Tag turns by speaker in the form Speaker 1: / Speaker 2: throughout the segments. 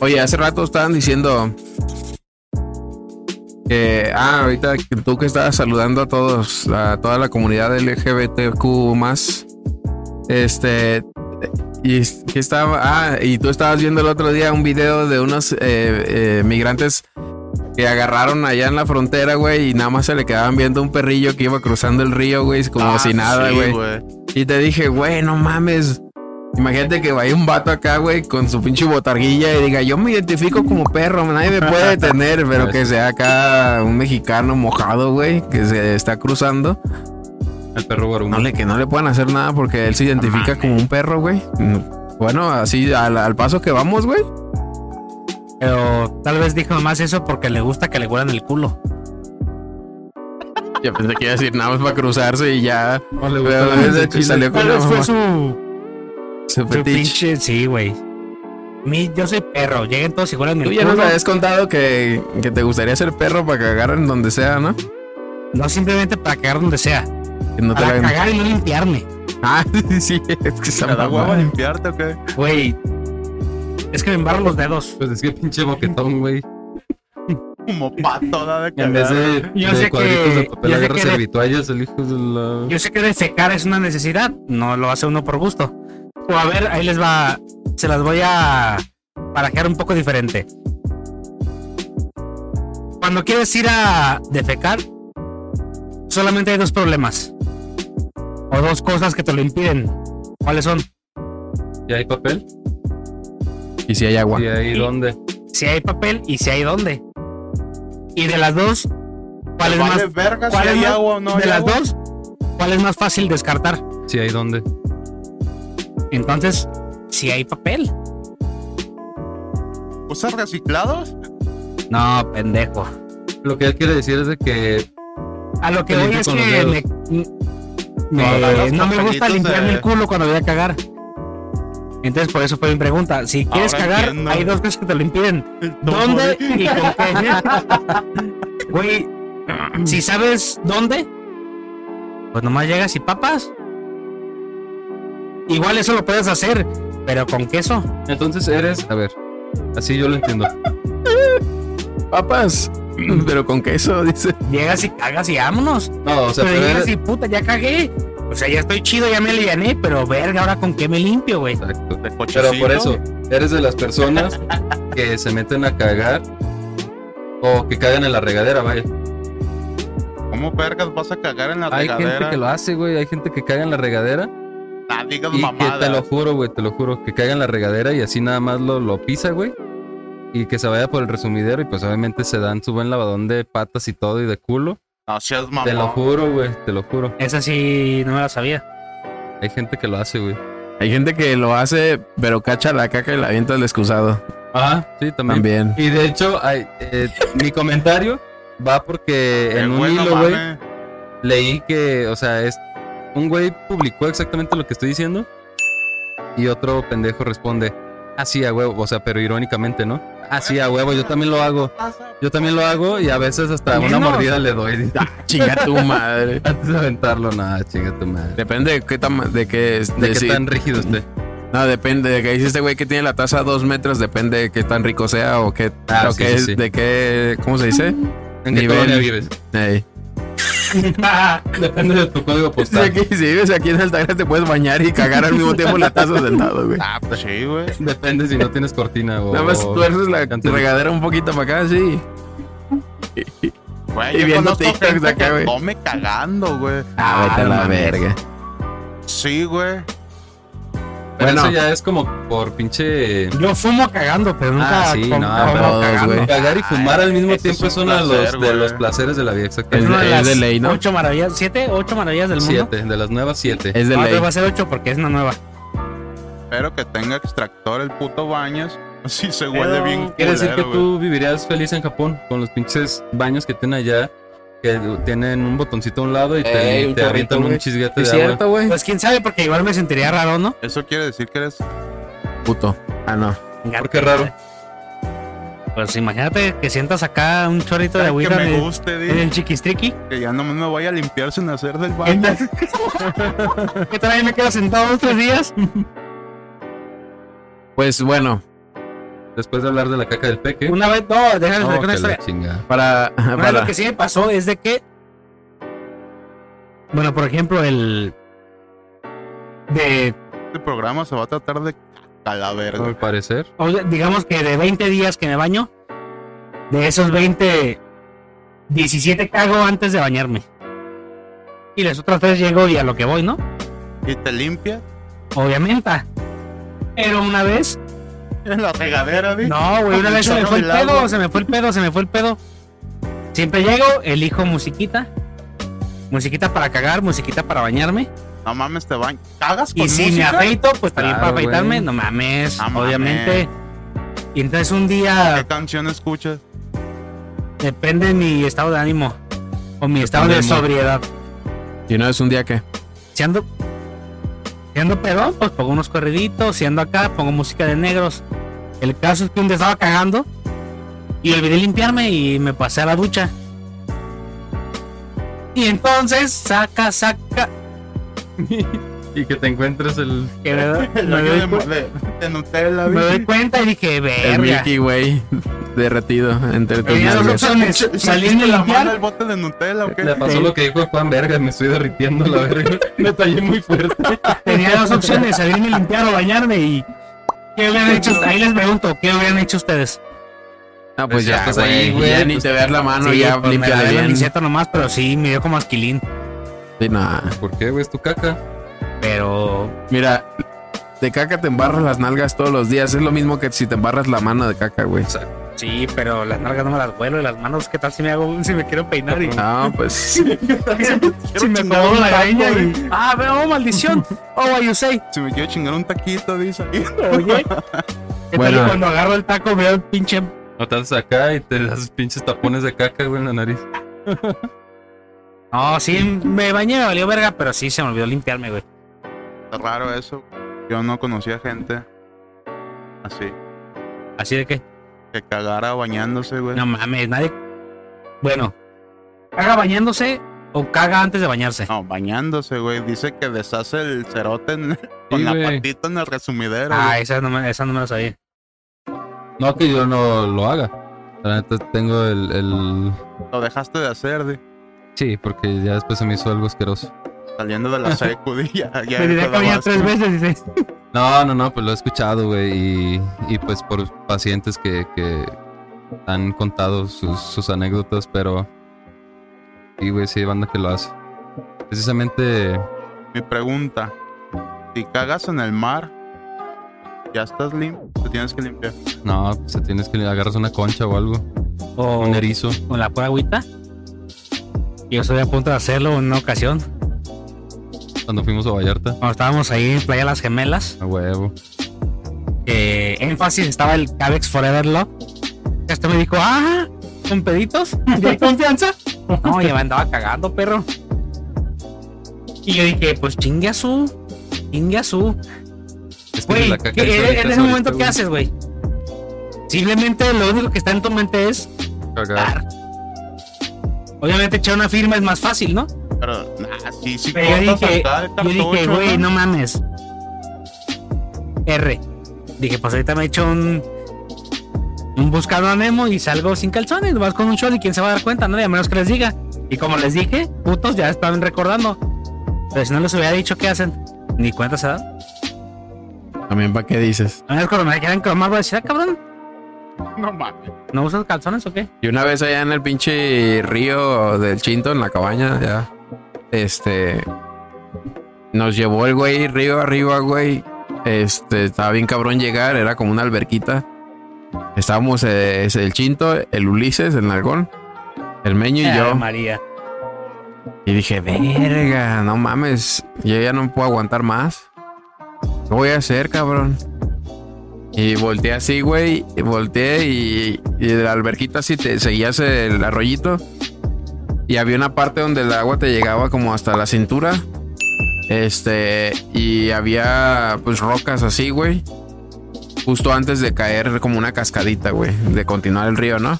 Speaker 1: Oye, hace rato estaban diciendo que, ah, ahorita que tú que estabas saludando a todos, a toda la comunidad LGBTQ más, este, y que estaba, ah, y tú estabas viendo el otro día un video de unos eh, eh, migrantes que agarraron allá en la frontera, güey, y nada más se le quedaban viendo un perrillo que iba cruzando el río, güey, como
Speaker 2: Ah,
Speaker 1: si nada,
Speaker 2: sí,
Speaker 1: güey. y te dije, güey, no mames. Imagínate que vaya un vato acá, güey, con su pinche botarguilla y diga, yo me identifico como perro, nadie me puede detener, pero que sea acá un mexicano mojado, güey, que se está cruzando.
Speaker 3: El perro guarumo.
Speaker 1: No le, que no le puedan hacer nada porque él se identifica como un perro, güey. Bueno, así al, al paso que vamos, güey.
Speaker 4: Pero tal vez dijo nomás eso porque le gusta que le huelan el culo.
Speaker 1: Yo pensé que iba a decir nada más para cruzarse y ya.
Speaker 3: No le gusta
Speaker 1: Pero
Speaker 3: la
Speaker 1: desde
Speaker 3: leche.
Speaker 1: aquí salió con
Speaker 4: Tal
Speaker 1: la
Speaker 4: vez fue
Speaker 1: mamá.
Speaker 4: su,
Speaker 1: Su
Speaker 4: su
Speaker 1: fetiche.
Speaker 4: pinche. Sí, güey. Mi- Yo soy perro. Lleguen todos y huelan
Speaker 1: Tú
Speaker 4: el
Speaker 1: ya nos
Speaker 4: culo.
Speaker 1: habías contado que, que te gustaría ser perro para cagar en donde sea, ¿no?
Speaker 4: No simplemente para cagar donde sea.
Speaker 1: Que no te
Speaker 4: para
Speaker 1: la
Speaker 4: cagar y no limpiarme.
Speaker 1: Ah, sí, es que esa
Speaker 2: ¿Te da
Speaker 1: mamá.
Speaker 2: huevo limpiarte o qué?
Speaker 4: Güey. Es que me embarro los dedos.
Speaker 3: Pues es que pinche boquetón, güey.
Speaker 2: Como pato, da de
Speaker 3: En vez
Speaker 2: cagar.
Speaker 3: de,
Speaker 4: Yo
Speaker 3: de
Speaker 4: sé que-
Speaker 3: cuadritos de
Speaker 4: yo
Speaker 3: papel
Speaker 4: sé
Speaker 3: agarra
Speaker 4: que de-
Speaker 3: servituallas, el hijo de la.
Speaker 4: Yo sé que defecar es una necesidad, no lo hace uno por gusto. O a ver, ahí les va, se las voy a parajear un poco diferente. Cuando quieres ir a defecar, solamente hay dos problemas. O dos cosas que te lo impiden. ¿Cuáles son?
Speaker 3: ¿Ya hay papel?
Speaker 1: Y si hay agua.
Speaker 3: ¿Y ahí
Speaker 4: Sí.
Speaker 3: dónde?
Speaker 4: Si hay papel y si hay dónde. Y de las dos, ¿cuál es
Speaker 2: Vale
Speaker 4: más?
Speaker 2: verga si
Speaker 4: ¿Cuál es
Speaker 2: hay
Speaker 4: más?
Speaker 2: agua o no
Speaker 4: de
Speaker 2: hay
Speaker 4: las
Speaker 2: agua.
Speaker 4: dos, ¿cuál es más fácil descartar?
Speaker 3: Sí, ahí dónde.
Speaker 4: Entonces, si hay papel.
Speaker 2: ¿Usas reciclados?
Speaker 4: No, pendejo.
Speaker 3: Lo que él quiere decir es de que.
Speaker 4: A lo que
Speaker 3: Te
Speaker 4: voy
Speaker 3: limpio
Speaker 4: es
Speaker 3: con los
Speaker 4: que me, me-
Speaker 2: No, los
Speaker 4: no me gusta
Speaker 2: papelitos,
Speaker 4: limpiarme
Speaker 2: eh.
Speaker 4: el culo cuando voy a cagar. Entonces, por eso fue mi pregunta. Si quieres
Speaker 2: Ahora
Speaker 4: cagar,
Speaker 2: entiendo.
Speaker 4: hay dos cosas que te lo impiden. ¿Dónde y con qué? Güey, si sabes dónde, pues nomás llegas y papas. Igual eso lo puedes hacer, pero con queso.
Speaker 3: Entonces eres. A ver. Así yo lo entiendo.
Speaker 1: Papas,
Speaker 3: Mm.
Speaker 1: pero con queso, dice.
Speaker 4: Llegas y cagas y vámonos.
Speaker 3: No, o sea,
Speaker 4: pero
Speaker 3: pero
Speaker 4: llegas
Speaker 3: eres-
Speaker 4: y puta, ya cagué. O sea, ya estoy chido, ya me aliviané, pero verga, ahora con qué me limpio, güey.
Speaker 3: Exacto.
Speaker 2: De
Speaker 3: Pero
Speaker 2: cochecito.
Speaker 3: por eso, eres de las personas que se meten a cagar o que cagan en la regadera, vaya.
Speaker 2: ¿Cómo vergas vas a cagar en la
Speaker 3: Hay gente
Speaker 2: regadera?
Speaker 3: que lo hace, güey. Hay gente que caga en la regadera.
Speaker 2: Nah, digas
Speaker 3: Y que te lo
Speaker 2: mamada.
Speaker 3: juro, güey, te lo juro, que caiga en la regadera y así nada más lo, lo pisa, güey. Y que se vaya por el resumidero y pues obviamente se dan su buen lavadón de patas y todo y de culo.
Speaker 2: No seas
Speaker 3: Te lo
Speaker 2: mamón.
Speaker 3: juro, güey, te lo juro.
Speaker 4: Esa sí no me la sabía.
Speaker 3: Hay gente que lo hace, güey.
Speaker 1: Hay gente que lo hace, pero cacha la caca y la avienta al excusado.
Speaker 3: Ah, sí, también.
Speaker 1: También.
Speaker 3: Y de hecho, hay, eh, mi comentario va porque
Speaker 2: Eh,
Speaker 3: en un
Speaker 2: güey, no
Speaker 3: hilo, güey,
Speaker 2: mames.
Speaker 3: leí que, o sea, es un güey publicó exactamente lo que estoy diciendo y otro pendejo responde, así a huevo, o sea, pero irónicamente, ¿no? Así a huevo, yo también lo hago. Yo también lo hago y a veces hasta una
Speaker 4: Menos.
Speaker 3: mordida le doy
Speaker 1: Chinga tu madre.
Speaker 3: antes de aventarlo. Nada, chinga tu madre.
Speaker 1: Depende de qué tama- de qué, es-
Speaker 3: ¿De
Speaker 1: de
Speaker 3: qué
Speaker 1: si-
Speaker 3: tan rígido esté?
Speaker 1: No, depende de que dice este güey que tiene la taza a dos metros, depende de qué tan rico sea o qué,
Speaker 3: Ah,
Speaker 1: o
Speaker 3: sí,
Speaker 1: qué-
Speaker 3: sí, sí.
Speaker 1: de qué, ¿cómo se dice?
Speaker 3: ¿En qué
Speaker 1: Nivel.
Speaker 3: colonia vives?
Speaker 1: Ey.
Speaker 3: Depende de tu código
Speaker 1: Sí, aquí- si vives aquí en Altagracia te puedes bañar y cagar al mismo tiempo en la taza sentado, güey.
Speaker 2: Ah, pues sí, güey.
Speaker 3: Depende si no tienes cortina o...
Speaker 1: Nada más tuerces la
Speaker 3: Antes-
Speaker 1: regadera un poquito para acá, sí.
Speaker 2: Güey,
Speaker 1: Y
Speaker 2: yo
Speaker 1: viendo
Speaker 2: conozco
Speaker 1: TikToks
Speaker 2: gente
Speaker 1: acá,
Speaker 2: que
Speaker 1: güey.
Speaker 2: come cagando, güey.
Speaker 1: Ah, vete a la verga.
Speaker 2: Sí, güey.
Speaker 3: Pero
Speaker 1: Bueno.
Speaker 3: eso ya es como por pinche...
Speaker 4: Yo fumo cagando, pero nunca
Speaker 3: Ah, sí,
Speaker 4: com-
Speaker 3: no,
Speaker 4: como
Speaker 1: todos,
Speaker 4: cagando.
Speaker 1: güey.
Speaker 3: Cagar y fumar al mismo
Speaker 2: Ese
Speaker 3: tiempo
Speaker 2: es
Speaker 3: es
Speaker 2: un
Speaker 3: uno de
Speaker 2: placer,
Speaker 3: los, de
Speaker 2: güey.
Speaker 3: los placeres de la vida,
Speaker 4: Es
Speaker 1: Es
Speaker 3: exactamente.
Speaker 4: una de
Speaker 1: de- es
Speaker 4: las
Speaker 1: de ley, ¿no?
Speaker 4: ocho maravillas, siete, ocho maravillas del mundo.
Speaker 3: Siete, de las nuevas siete.
Speaker 1: Es de
Speaker 4: Ah,
Speaker 1: ley.
Speaker 4: pero va a ser ocho porque es una nueva.
Speaker 2: Espero que tenga extractor el puto baños. Sí, se huele
Speaker 4: Pero-
Speaker 2: bien
Speaker 3: Quiere decir que
Speaker 2: culero, güey.
Speaker 3: tú vivirías feliz en Japón con los pinches baños que tienen allá, que tienen un botoncito a un lado y te,
Speaker 1: Ey, un
Speaker 3: te
Speaker 1: chorrito,
Speaker 3: avientan un
Speaker 1: güey.
Speaker 3: chisguete
Speaker 1: Es
Speaker 3: de agua.
Speaker 1: cierto, güey.
Speaker 4: Pues quién sabe, porque igual me sentiría raro, ¿no?
Speaker 2: Eso quiere decir que eres
Speaker 1: Puto. Ah, no.
Speaker 3: Porque es raro.
Speaker 4: Pues imagínate que sientas acá un chorrito de
Speaker 2: Ay, que
Speaker 4: agüita Eh. en
Speaker 2: me
Speaker 4: el,
Speaker 2: guste,
Speaker 4: en
Speaker 2: di,
Speaker 4: el chiquistriqui.
Speaker 2: que ya no me voy a limpiar sin hacer del
Speaker 4: ¿Qué
Speaker 2: baño.
Speaker 4: tal? ¿Qué tal ahí me quedo sentado otros días?
Speaker 1: Pues bueno,
Speaker 3: Después de hablar de la caca del peque.
Speaker 4: Una vez, no, déjame
Speaker 3: No,
Speaker 4: explicar
Speaker 3: que
Speaker 4: una
Speaker 3: la
Speaker 4: historia.
Speaker 3: chingada.
Speaker 1: Para.
Speaker 4: Una vez
Speaker 1: para
Speaker 4: lo que sí me pasó es de que. Bueno, por ejemplo, el. De.
Speaker 2: Este programa se va a tratar de a la verga.
Speaker 3: Al parecer.
Speaker 4: o sea, digamos que de 20 días que me baño, de esos 20, 17 cago antes de bañarme. Y las otras tres llego y a lo que voy, ¿no?
Speaker 2: Y te limpia
Speaker 4: Obviamente. Pero una vez
Speaker 2: en la regadera, güey.
Speaker 4: No, güey, una
Speaker 2: El
Speaker 4: vez se me
Speaker 2: chorro
Speaker 4: fue el
Speaker 2: del agua.
Speaker 4: pedo, se me fue el pedo, se me fue el pedo. Siempre llego, elijo musiquita. Musiquita para cagar, musiquita para bañarme.
Speaker 2: No mames, te van. ¿Cagas con
Speaker 4: Y si me
Speaker 2: música?
Speaker 4: afeito, pues también
Speaker 3: Claro,
Speaker 4: para afeitarme.
Speaker 3: güey.
Speaker 4: No mames,
Speaker 2: No mames.
Speaker 4: obviamente. Y entonces un
Speaker 2: ¿Qué
Speaker 4: día
Speaker 2: canción escuchas?
Speaker 4: depende de mi estado de ánimo o mi estado de
Speaker 3: del mood.
Speaker 4: sobriedad.
Speaker 1: Y no es un día que.
Speaker 4: Si ando, si ando pedón, pues pongo unos corriditos. Si ando acá, pongo música de negros. El caso es que un día estaba cagando y olvidé limpiarme y me pasé a la ducha. Y entonces, saca, saca.
Speaker 3: Y que te encuentres el.
Speaker 4: que me, doy-
Speaker 2: El
Speaker 4: me
Speaker 2: baño
Speaker 4: doy,
Speaker 2: de,
Speaker 4: cu-
Speaker 2: de, de Nutella,
Speaker 4: me
Speaker 2: güey.
Speaker 4: doy cuenta y dije,
Speaker 1: El
Speaker 4: verga.
Speaker 1: Mickey, güey. Derretido entre tus
Speaker 4: Tenía dos
Speaker 1: nalgas.
Speaker 4: opciones. Salirme
Speaker 2: ¿Metiste la
Speaker 4: a
Speaker 2: mano
Speaker 4: limpiar.
Speaker 2: el bote de Nutella o qué?
Speaker 3: Le pasó
Speaker 4: Sí.
Speaker 3: lo que dijo Juan Verga, me estoy derritiendo la verga. Me tallé muy fuerte.
Speaker 4: Tenía dos opciones, salirme a limpiar o bañarme y... ¿Qué hubieran hecho? Ahí les pregunto, ¿qué hubieran hecho ustedes?
Speaker 1: No, pues
Speaker 3: Pues ya
Speaker 1: ya,
Speaker 3: estás
Speaker 1: güey,
Speaker 3: ahí, güey,
Speaker 1: Ya ni
Speaker 3: pues-
Speaker 1: te veas la mano,
Speaker 4: Sí,
Speaker 1: ya
Speaker 4: pues, me
Speaker 1: límpiale
Speaker 4: lavé la
Speaker 1: bien. Sí,
Speaker 4: camiseta nomás, pero sí, me dio como asquilín.
Speaker 1: no.
Speaker 3: ¿Por qué, güey? Es tu caca.
Speaker 4: Pero
Speaker 1: Mira, de caca te embarras las nalgas todos los días. Es lo mismo que si te embarras la mano de caca, güey.
Speaker 4: Sí, pero las nalgas no me las vuelo y las manos, ¿qué tal si me hago, si me quiero peinar y
Speaker 1: No, pues.
Speaker 4: Ah. si me
Speaker 2: chingar
Speaker 4: acomodo
Speaker 2: un
Speaker 4: la
Speaker 2: taco,
Speaker 4: greña y
Speaker 2: güey.
Speaker 4: ah, veo maldición. Oh, what you say.
Speaker 2: Si me quiero chingar un taquito, dice.
Speaker 4: Oye. ¿Qué
Speaker 1: Bueno.
Speaker 4: tal y cuando agarro el taco veo el pinche
Speaker 3: No te haces acá y te das pinches tapones de caca, güey, en la nariz.
Speaker 4: No, sí me bañé, me valió verga, pero sí se me olvidó limpiarme, güey.
Speaker 2: Está raro eso. Yo no conocía gente así.
Speaker 4: Así de que
Speaker 2: Que cagara bañándose, güey.
Speaker 4: no mames, nadie Bueno, caga bañándose o caga antes de bañarse.
Speaker 2: No, bañándose, güey. Dice que deshace el cerote en- con la
Speaker 3: güey.
Speaker 2: patita en el resumidero.
Speaker 4: Ah,
Speaker 2: güey.
Speaker 4: esa no me, esa no me la sabía.
Speaker 3: No que yo no lo haga. La neta tengo el. el...
Speaker 2: Lo dejaste de hacer, güey.
Speaker 3: Sí, porque ya después se me hizo algo asqueroso.
Speaker 2: Saliendo de la secu, güey, ya, ya
Speaker 4: Me diré
Speaker 2: te
Speaker 4: que había
Speaker 2: dabas
Speaker 4: tres
Speaker 2: cuenta.
Speaker 4: veces, dice.
Speaker 3: No, no, no, pues lo he escuchado, güey. Y, y pues por pacientes que, que han contado sus, sus anécdotas, pero. Sí, güey, sí, hay banda que lo hace. Precisamente.
Speaker 2: Mi pregunta. Si cagas en el mar, ya estás limpio. Te tienes que limpiar.
Speaker 3: No, se tienes que agarras una concha o algo.
Speaker 4: O
Speaker 3: Un erizo.
Speaker 4: con la pura agüita. Yo estoy a punto de hacerlo en una ocasión.
Speaker 3: Cuando fuimos a Vallarta.
Speaker 4: Cuando estábamos ahí en Playa Las Gemelas,
Speaker 3: A huevo.
Speaker 4: eh, énfasis estaba el Cabex Forever Love. Este me dijo, ah, con peditos, ¿ya hay confianza? No, ya me andaba cagando, perro. Y yo dije, pues chingue a su, chingue a su.
Speaker 3: Es que
Speaker 4: Güey,
Speaker 3: la caca
Speaker 4: ¿qué- eh,
Speaker 3: es ahorita,
Speaker 4: en
Speaker 3: es
Speaker 4: ese momento,
Speaker 3: ahorita,
Speaker 4: ¿qué haces, güey? Simplemente lo único que está en tu mente es
Speaker 3: güey, Cagar.
Speaker 4: dar. Obviamente echar una firma es más fácil, ¿no?
Speaker 2: Pero, nah, sí, sí,
Speaker 4: Pero yo
Speaker 2: cortas
Speaker 4: dije,
Speaker 2: acá el
Speaker 4: yo dije,
Speaker 2: cartucho,
Speaker 4: güey,
Speaker 2: ¿no?
Speaker 4: no mames. R. Dije, pues ahorita me he hecho un. Un buscado a Nemo y salgo sin calzones. Vas con un short y quién se va a dar cuenta, nadie, a menos que les diga. Y como les dije, putos ya estaban recordando. Pero si no les hubiera dicho qué hacen, ni cuenta se dan.
Speaker 1: También, ¿para qué dices?
Speaker 4: A menos cuando me quieran cromar, voy a decir, ah, cabrón,
Speaker 2: No mames.
Speaker 4: ¿no usas calzones o qué?
Speaker 1: Y una vez allá en el pinche río del Chinto, en la cabaña, ya. Este. Nos llevó el güey río arriba, güey. Este, estaba bien cabrón llegar, era como una alberquita. Estábamos eh, es el Chinto, el Ulises, el Nalgón, el Meño y
Speaker 4: Ah,
Speaker 1: yo.
Speaker 4: María.
Speaker 1: Y dije, verga, no mames, yo ya no puedo aguantar más. ¿Qué voy a hacer, cabrón? Y volteé así, güey, y volteé y, y de la alberquita así te seguías el arroyito. Y había una parte donde el agua te llegaba como hasta la cintura. Este, y había pues rocas así, güey. Justo antes de caer como una cascadita, güey, de continuar el río, ¿no?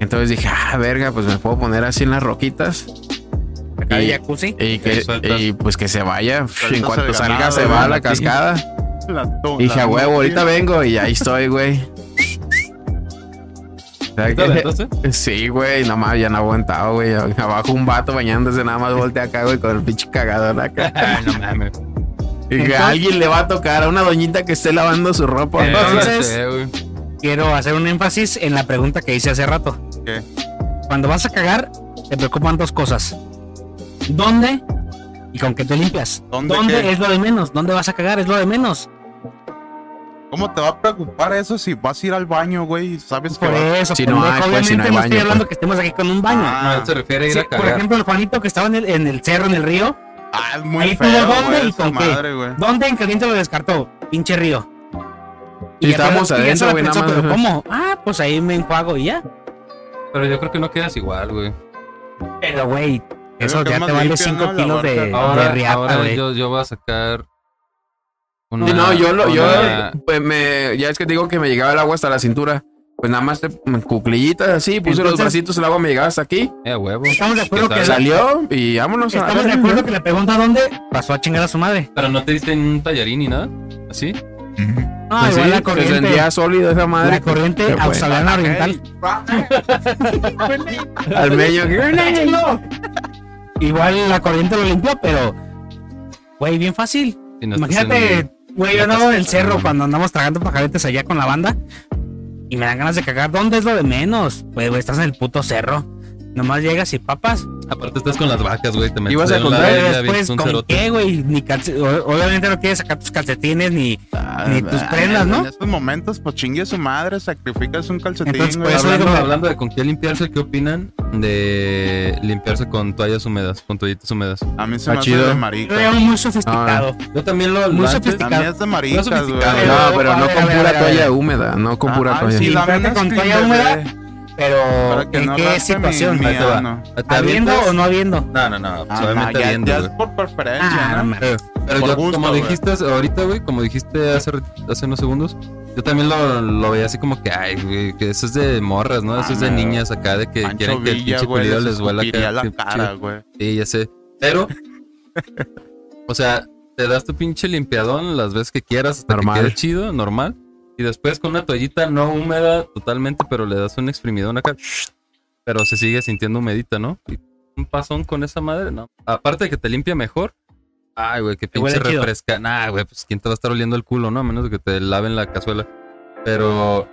Speaker 1: Entonces dije, ah, verga, pues me puedo poner así en las roquitas.
Speaker 4: Acá
Speaker 1: Y-
Speaker 4: hay jacuzzi.
Speaker 1: Y, que,
Speaker 3: Y sueltas-
Speaker 1: y pues que se vaya.
Speaker 2: Sueltas
Speaker 1: en cuanto
Speaker 2: el
Speaker 1: salga,
Speaker 2: ganado,
Speaker 1: se va a la
Speaker 3: ¿verdad?
Speaker 1: cascada.
Speaker 2: La, tu-
Speaker 1: Y dije,
Speaker 2: la-
Speaker 1: a huevo, ahorita vengo. Y ahí estoy, güey. ¿Sabes
Speaker 3: ¿Te
Speaker 1: qué?
Speaker 3: aventaste?
Speaker 1: Sí, güey, no mames, ya no aguantaba, güey. Abajo un vato bañándose, nada más voltea acá, güey, con el pinche cagador acá.
Speaker 3: Ay, no mames.
Speaker 1: Y que a alguien le va a tocar a una doñita que esté lavando su ropa.
Speaker 3: Eh,
Speaker 4: Entonces-
Speaker 3: sí, güey.
Speaker 4: Quiero hacer un énfasis en la pregunta que hice hace rato.
Speaker 2: ¿Qué?
Speaker 4: Cuando vas a cagar, te preocupan dos cosas. ¿Dónde y con qué te limpias?
Speaker 2: ¿Dónde qué?
Speaker 4: es lo de menos? ¿Dónde vas a cagar? Es lo de menos.
Speaker 2: ¿Cómo te va a preocupar eso si vas a ir al baño, güey? y ¿Sabes que
Speaker 4: Pues Por
Speaker 2: vas-
Speaker 4: eso,
Speaker 1: Si no
Speaker 4: pendejo,
Speaker 1: hay, pues,
Speaker 4: obviamente
Speaker 1: si no hay
Speaker 4: no
Speaker 1: baño,
Speaker 4: estoy hablando que estemos aquí con un baño.
Speaker 2: Ah,
Speaker 3: No, él se refiere a ir
Speaker 4: Sí,
Speaker 3: a
Speaker 4: por
Speaker 3: cagar.
Speaker 4: ejemplo, el Juanito que estaba en el, en el cerro, en el río.
Speaker 2: Ah, es muy
Speaker 4: Ahí tú de
Speaker 2: feo,
Speaker 4: dónde
Speaker 2: güey,
Speaker 4: y
Speaker 2: esa
Speaker 4: con qué.
Speaker 2: madre, güey.
Speaker 4: ¿Dónde en caliente lo descartó? Pinche río.
Speaker 1: Y estábamos
Speaker 4: apenas- y ya se
Speaker 1: adentro,
Speaker 4: la
Speaker 1: güey, nada
Speaker 4: pensó,
Speaker 1: más.
Speaker 4: pero ¿Cómo? Ah, pues ahí me enjuago y ya.
Speaker 3: Pero yo creo que no quedas igual, güey.
Speaker 4: Pero, güey,
Speaker 2: Creo
Speaker 4: eso
Speaker 2: que es
Speaker 4: ya
Speaker 2: más
Speaker 4: te vale
Speaker 2: limpio,
Speaker 4: 5
Speaker 2: ¿no? La
Speaker 4: kilos de,
Speaker 2: barca.
Speaker 4: de
Speaker 3: Ahora,
Speaker 4: riata,
Speaker 3: ahora
Speaker 4: güey.
Speaker 3: yo, yo voy a sacar.
Speaker 1: Sí, no, yo lo, yo,
Speaker 3: una-
Speaker 1: pues me, ya es que te digo que me llegaba el agua hasta la cintura. Pues nada más te, cuclillitas así, puse los
Speaker 4: Entonces-
Speaker 1: bracitos, el agua me llegaba hasta aquí,
Speaker 3: Eh, huevo.
Speaker 4: Estamos de acuerdo
Speaker 3: ¿Qué
Speaker 4: que
Speaker 3: tal?
Speaker 4: la-
Speaker 1: salió y vámonos a la
Speaker 4: Estamos de
Speaker 1: verga,
Speaker 4: acuerdo
Speaker 1: ¿no?
Speaker 4: que la pregunta dónde pasó a chingar a su madre.
Speaker 3: Pero no te diste ni un tallarín ni nada. ¿Así?
Speaker 4: No,
Speaker 1: Pues
Speaker 4: igual
Speaker 1: sí,
Speaker 4: la
Speaker 1: se
Speaker 4: corriente.
Speaker 1: sentía sólido esa madre.
Speaker 4: La
Speaker 1: Se
Speaker 4: corriente
Speaker 1: fue.
Speaker 4: australiana oriental.
Speaker 1: Al medio.
Speaker 4: Igual la corriente lo limpió, pero. Güey, bien fácil.
Speaker 3: Si no estás en-
Speaker 4: Imagínate, güey, yo
Speaker 3: no
Speaker 4: andaba
Speaker 3: estás
Speaker 4: en el
Speaker 3: en-
Speaker 4: cerro cuando andamos tragando pajaretes allá con la banda. Y me dan ganas de cagar. ¿Dónde es lo de menos? Pues, güey, estás en el puto cerro. Nomás llegas y papas.
Speaker 3: Aparte estás con las vacas, güey. Te metes
Speaker 1: Ibas a
Speaker 3: en la
Speaker 1: contar,
Speaker 3: verga,
Speaker 4: Después,
Speaker 3: vienes un
Speaker 4: ¿con
Speaker 3: cerote.
Speaker 4: qué, güey? Ni calce- o- Obviamente no quieres sacar tus calcetines ni. Ni tus prendas, ¿no?
Speaker 2: Ah, En estos momentos, pues chingue su madre, sacrificas un calcetín,
Speaker 4: Entonces,
Speaker 2: güey.
Speaker 4: pues,
Speaker 3: hablando,
Speaker 4: digo, me-
Speaker 3: hablando de con qué limpiarse, ¿qué opinan de limpiarse con toallas húmedas, con toallitas húmedas?
Speaker 2: A mí se
Speaker 1: Ah,
Speaker 2: me hace
Speaker 1: chido.
Speaker 2: de
Speaker 4: Yo
Speaker 2: marica.
Speaker 4: lo llamo muy sofisticado.
Speaker 3: Yo también lo
Speaker 4: Muy
Speaker 3: lo antes-
Speaker 2: A
Speaker 4: sofisticado.
Speaker 2: mí es de maricas, güey.
Speaker 3: sofisticado,
Speaker 1: No, pero
Speaker 4: A
Speaker 1: no
Speaker 4: ver,
Speaker 1: con
Speaker 4: a ver, a
Speaker 1: pura
Speaker 4: ver, a
Speaker 1: toalla
Speaker 4: ver.
Speaker 1: húmeda, no con
Speaker 2: Ah,
Speaker 1: pura
Speaker 2: ah,
Speaker 1: toalla.
Speaker 2: sí,
Speaker 4: Y
Speaker 2: dame
Speaker 4: vete
Speaker 2: unas
Speaker 4: con toalla
Speaker 2: clean,
Speaker 4: húmeda,
Speaker 2: bebé,
Speaker 4: Pero,
Speaker 2: para que
Speaker 4: ¿en
Speaker 2: no
Speaker 4: qué
Speaker 2: raspe mi-
Speaker 4: situación?
Speaker 2: mi
Speaker 3: Ahí te va.
Speaker 2: ano.
Speaker 3: ¿Te
Speaker 4: ¿Habiendo
Speaker 3: avientas?
Speaker 4: o no habiendo?
Speaker 3: No, no, no.
Speaker 2: Ah, no,
Speaker 3: Solamente
Speaker 2: ya,
Speaker 3: habiendo,
Speaker 2: ya es
Speaker 3: güey.
Speaker 2: por preferencia,
Speaker 4: Ah, no
Speaker 2: ¿no?
Speaker 4: mames.
Speaker 3: Eh, Pero
Speaker 2: Por
Speaker 3: yo,
Speaker 2: gusto,
Speaker 3: como
Speaker 2: güey.
Speaker 3: dijiste ahorita, güey, como dijiste hace, rat- hace unos segundos, yo también lo, lo veía así como que, ay, güey, que eso es de morras, ¿no? Eso
Speaker 2: Ah,
Speaker 3: es de
Speaker 2: no.
Speaker 3: niñas acá, de que
Speaker 2: Pancho
Speaker 3: quieren que el
Speaker 2: Villa,
Speaker 3: pinche
Speaker 2: güey,
Speaker 3: culido
Speaker 2: les
Speaker 3: les vuela
Speaker 2: escupiría
Speaker 3: acá.
Speaker 2: la
Speaker 3: que-
Speaker 2: cara, güey.
Speaker 3: Sí, ya sé. Pero, o sea, te das tu pinche limpiadón las veces que quieras, hasta
Speaker 1: Normal.
Speaker 3: que quede chido, normal. Y después con una toallita no húmeda totalmente, pero le das un exprimidón acá. Pero se sigue sintiendo humedita, ¿no? Y un pasón con esa madre, no. Aparte de que te limpia mejor. Ay, güey, que
Speaker 4: Te
Speaker 3: pinche
Speaker 4: huele chido.
Speaker 3: refresca. Nah, güey, pues quién te va a estar oliendo el culo, ¿no? A menos de que te laven la cazuela. Pero,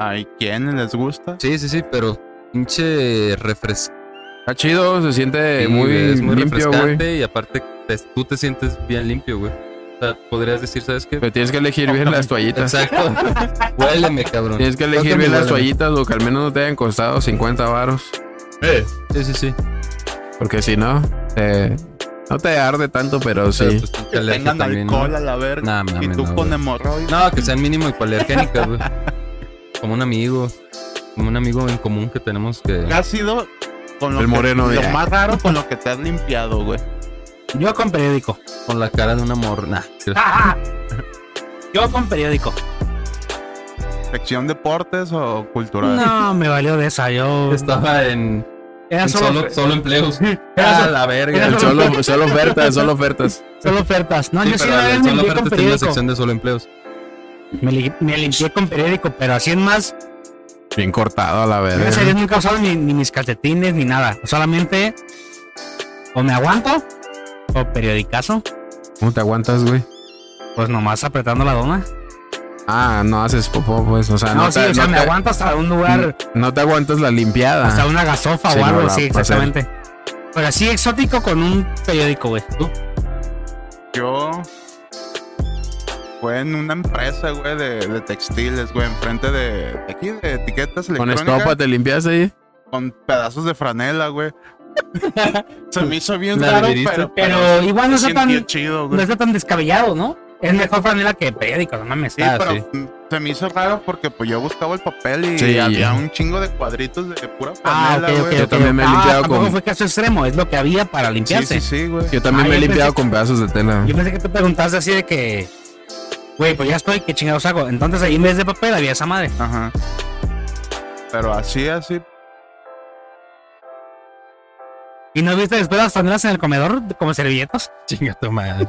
Speaker 2: Ay, ¿quién les gusta?
Speaker 3: sí, sí, sí, pero pinche refresca.
Speaker 1: Está chido, se siente
Speaker 3: Sí,
Speaker 1: muy,
Speaker 3: güey, es muy
Speaker 1: limpio, güey.
Speaker 3: refrescante y aparte te- tú te sientes bien limpio, güey. O sea, podrías decir, ¿sabes qué?
Speaker 1: Pero tienes que elegir bien las toallitas.
Speaker 3: Exacto. Huéleme, cabrón.
Speaker 1: Tienes que elegir
Speaker 3: Tócame,
Speaker 1: bien las
Speaker 3: huéleme.
Speaker 1: toallitas o que al menos no te hayan costado 50 varos.
Speaker 2: Eh.
Speaker 3: Sí, sí, sí.
Speaker 1: Porque si no, eh, no te arde tanto, pero sí.
Speaker 2: Que tengan alcohol a la verga.
Speaker 3: Nada,
Speaker 2: y tú
Speaker 3: no,
Speaker 2: con
Speaker 3: güey.
Speaker 2: hemorroides.
Speaker 3: No, que sean mínimo hipoalergénicas, güey. Como un amigo. Como un amigo en común que tenemos que.
Speaker 2: ¿Qué ha sido con lo,
Speaker 1: El
Speaker 2: que-
Speaker 1: moreno,
Speaker 2: lo
Speaker 1: ya.
Speaker 2: más raro con lo que te has limpiado, güey?
Speaker 4: Yo con periódico.
Speaker 3: Con la cara de una morna.
Speaker 4: Yo con periódico.
Speaker 2: ¿Sección deportes o cultural?
Speaker 4: No, me valió de esa. Yo
Speaker 3: Estaba en,
Speaker 4: era
Speaker 3: en
Speaker 4: solo,
Speaker 3: solo, solo empleos.
Speaker 4: era
Speaker 3: Ah,
Speaker 4: solo-
Speaker 3: la verga.
Speaker 4: era
Speaker 1: El solo, solo ofertas, solo ofertas.
Speaker 4: solo ofertas. No,
Speaker 3: Sí,
Speaker 4: yo sí
Speaker 3: pero
Speaker 4: una vez
Speaker 3: en
Speaker 4: me
Speaker 3: solo
Speaker 4: limpié con
Speaker 3: ofertas tenía una
Speaker 4: periódico.
Speaker 3: sección de solo empleos.
Speaker 4: Me, li- me limpié con periódico, pero así en más,
Speaker 1: Bien cortado a la
Speaker 4: gracias a Dios
Speaker 1: verga.
Speaker 4: nunca he usado ni, ni mis calcetines ni nada. Solamente o me aguanto o periodicazo,
Speaker 1: ¿Cómo te aguantas, güey?
Speaker 4: pues nomás apretando la dona.
Speaker 1: Ah, no haces popó, pues. O sea,
Speaker 4: no,
Speaker 1: no,
Speaker 4: sí,
Speaker 1: te,
Speaker 4: o sea,
Speaker 1: no
Speaker 4: me
Speaker 1: te-
Speaker 4: aguanto hasta un lugar,
Speaker 1: no te aguantas la limpiada.
Speaker 4: hasta una gasofa
Speaker 1: Ah. Sí,
Speaker 4: o
Speaker 1: no,
Speaker 4: algo,
Speaker 1: la-
Speaker 4: sí,
Speaker 1: pues, el-
Speaker 4: exactamente. Pero así exótico con un periódico, güey.
Speaker 2: Yo. Fue en una empresa, güey, de, de textiles, güey, enfrente de, de aquí, de etiquetas
Speaker 1: Con
Speaker 2: electrónicas.
Speaker 1: estopa te limpias ahí.
Speaker 2: con pedazos de franela, güey. Se me hizo bien
Speaker 3: ¿La
Speaker 2: raro,
Speaker 3: dividiste?
Speaker 2: pero,
Speaker 4: Pero igual no
Speaker 2: se
Speaker 4: está tan,
Speaker 2: sintió chido,
Speaker 4: no
Speaker 2: güey.
Speaker 4: está tan descabellado, ¿no? Es mejor franela que periódico, no mames.
Speaker 2: Sí,
Speaker 3: Ah,
Speaker 2: pero
Speaker 3: sí.
Speaker 2: mm, se me hizo raro porque pues yo buscaba el papel y
Speaker 1: Sí.
Speaker 2: había un chingo de cuadritos de pura
Speaker 4: Ah,
Speaker 2: franela,
Speaker 4: ok, ok,
Speaker 2: güey.
Speaker 1: Yo
Speaker 4: ok.
Speaker 1: también me he
Speaker 4: Ah,
Speaker 1: limpiado
Speaker 4: tampoco
Speaker 1: con-
Speaker 4: fue caso extremo, es lo que había para
Speaker 2: Sí, sí,
Speaker 4: limpiarse.
Speaker 2: sí, güey.
Speaker 1: Yo también
Speaker 4: Ah,
Speaker 1: me he
Speaker 4: yo
Speaker 1: limpiado
Speaker 4: pensé-
Speaker 1: con pedazos de tela.
Speaker 4: Yo pensé que tú preguntaste así de que, güey, pues ya estoy, ¿qué chingados hago? Entonces ahí en vez de papel había esa madre.
Speaker 2: Ajá. Pero así, así.
Speaker 4: ¿Y no viste después las franelas en el comedor como servilletas?
Speaker 3: Chinga tu madre.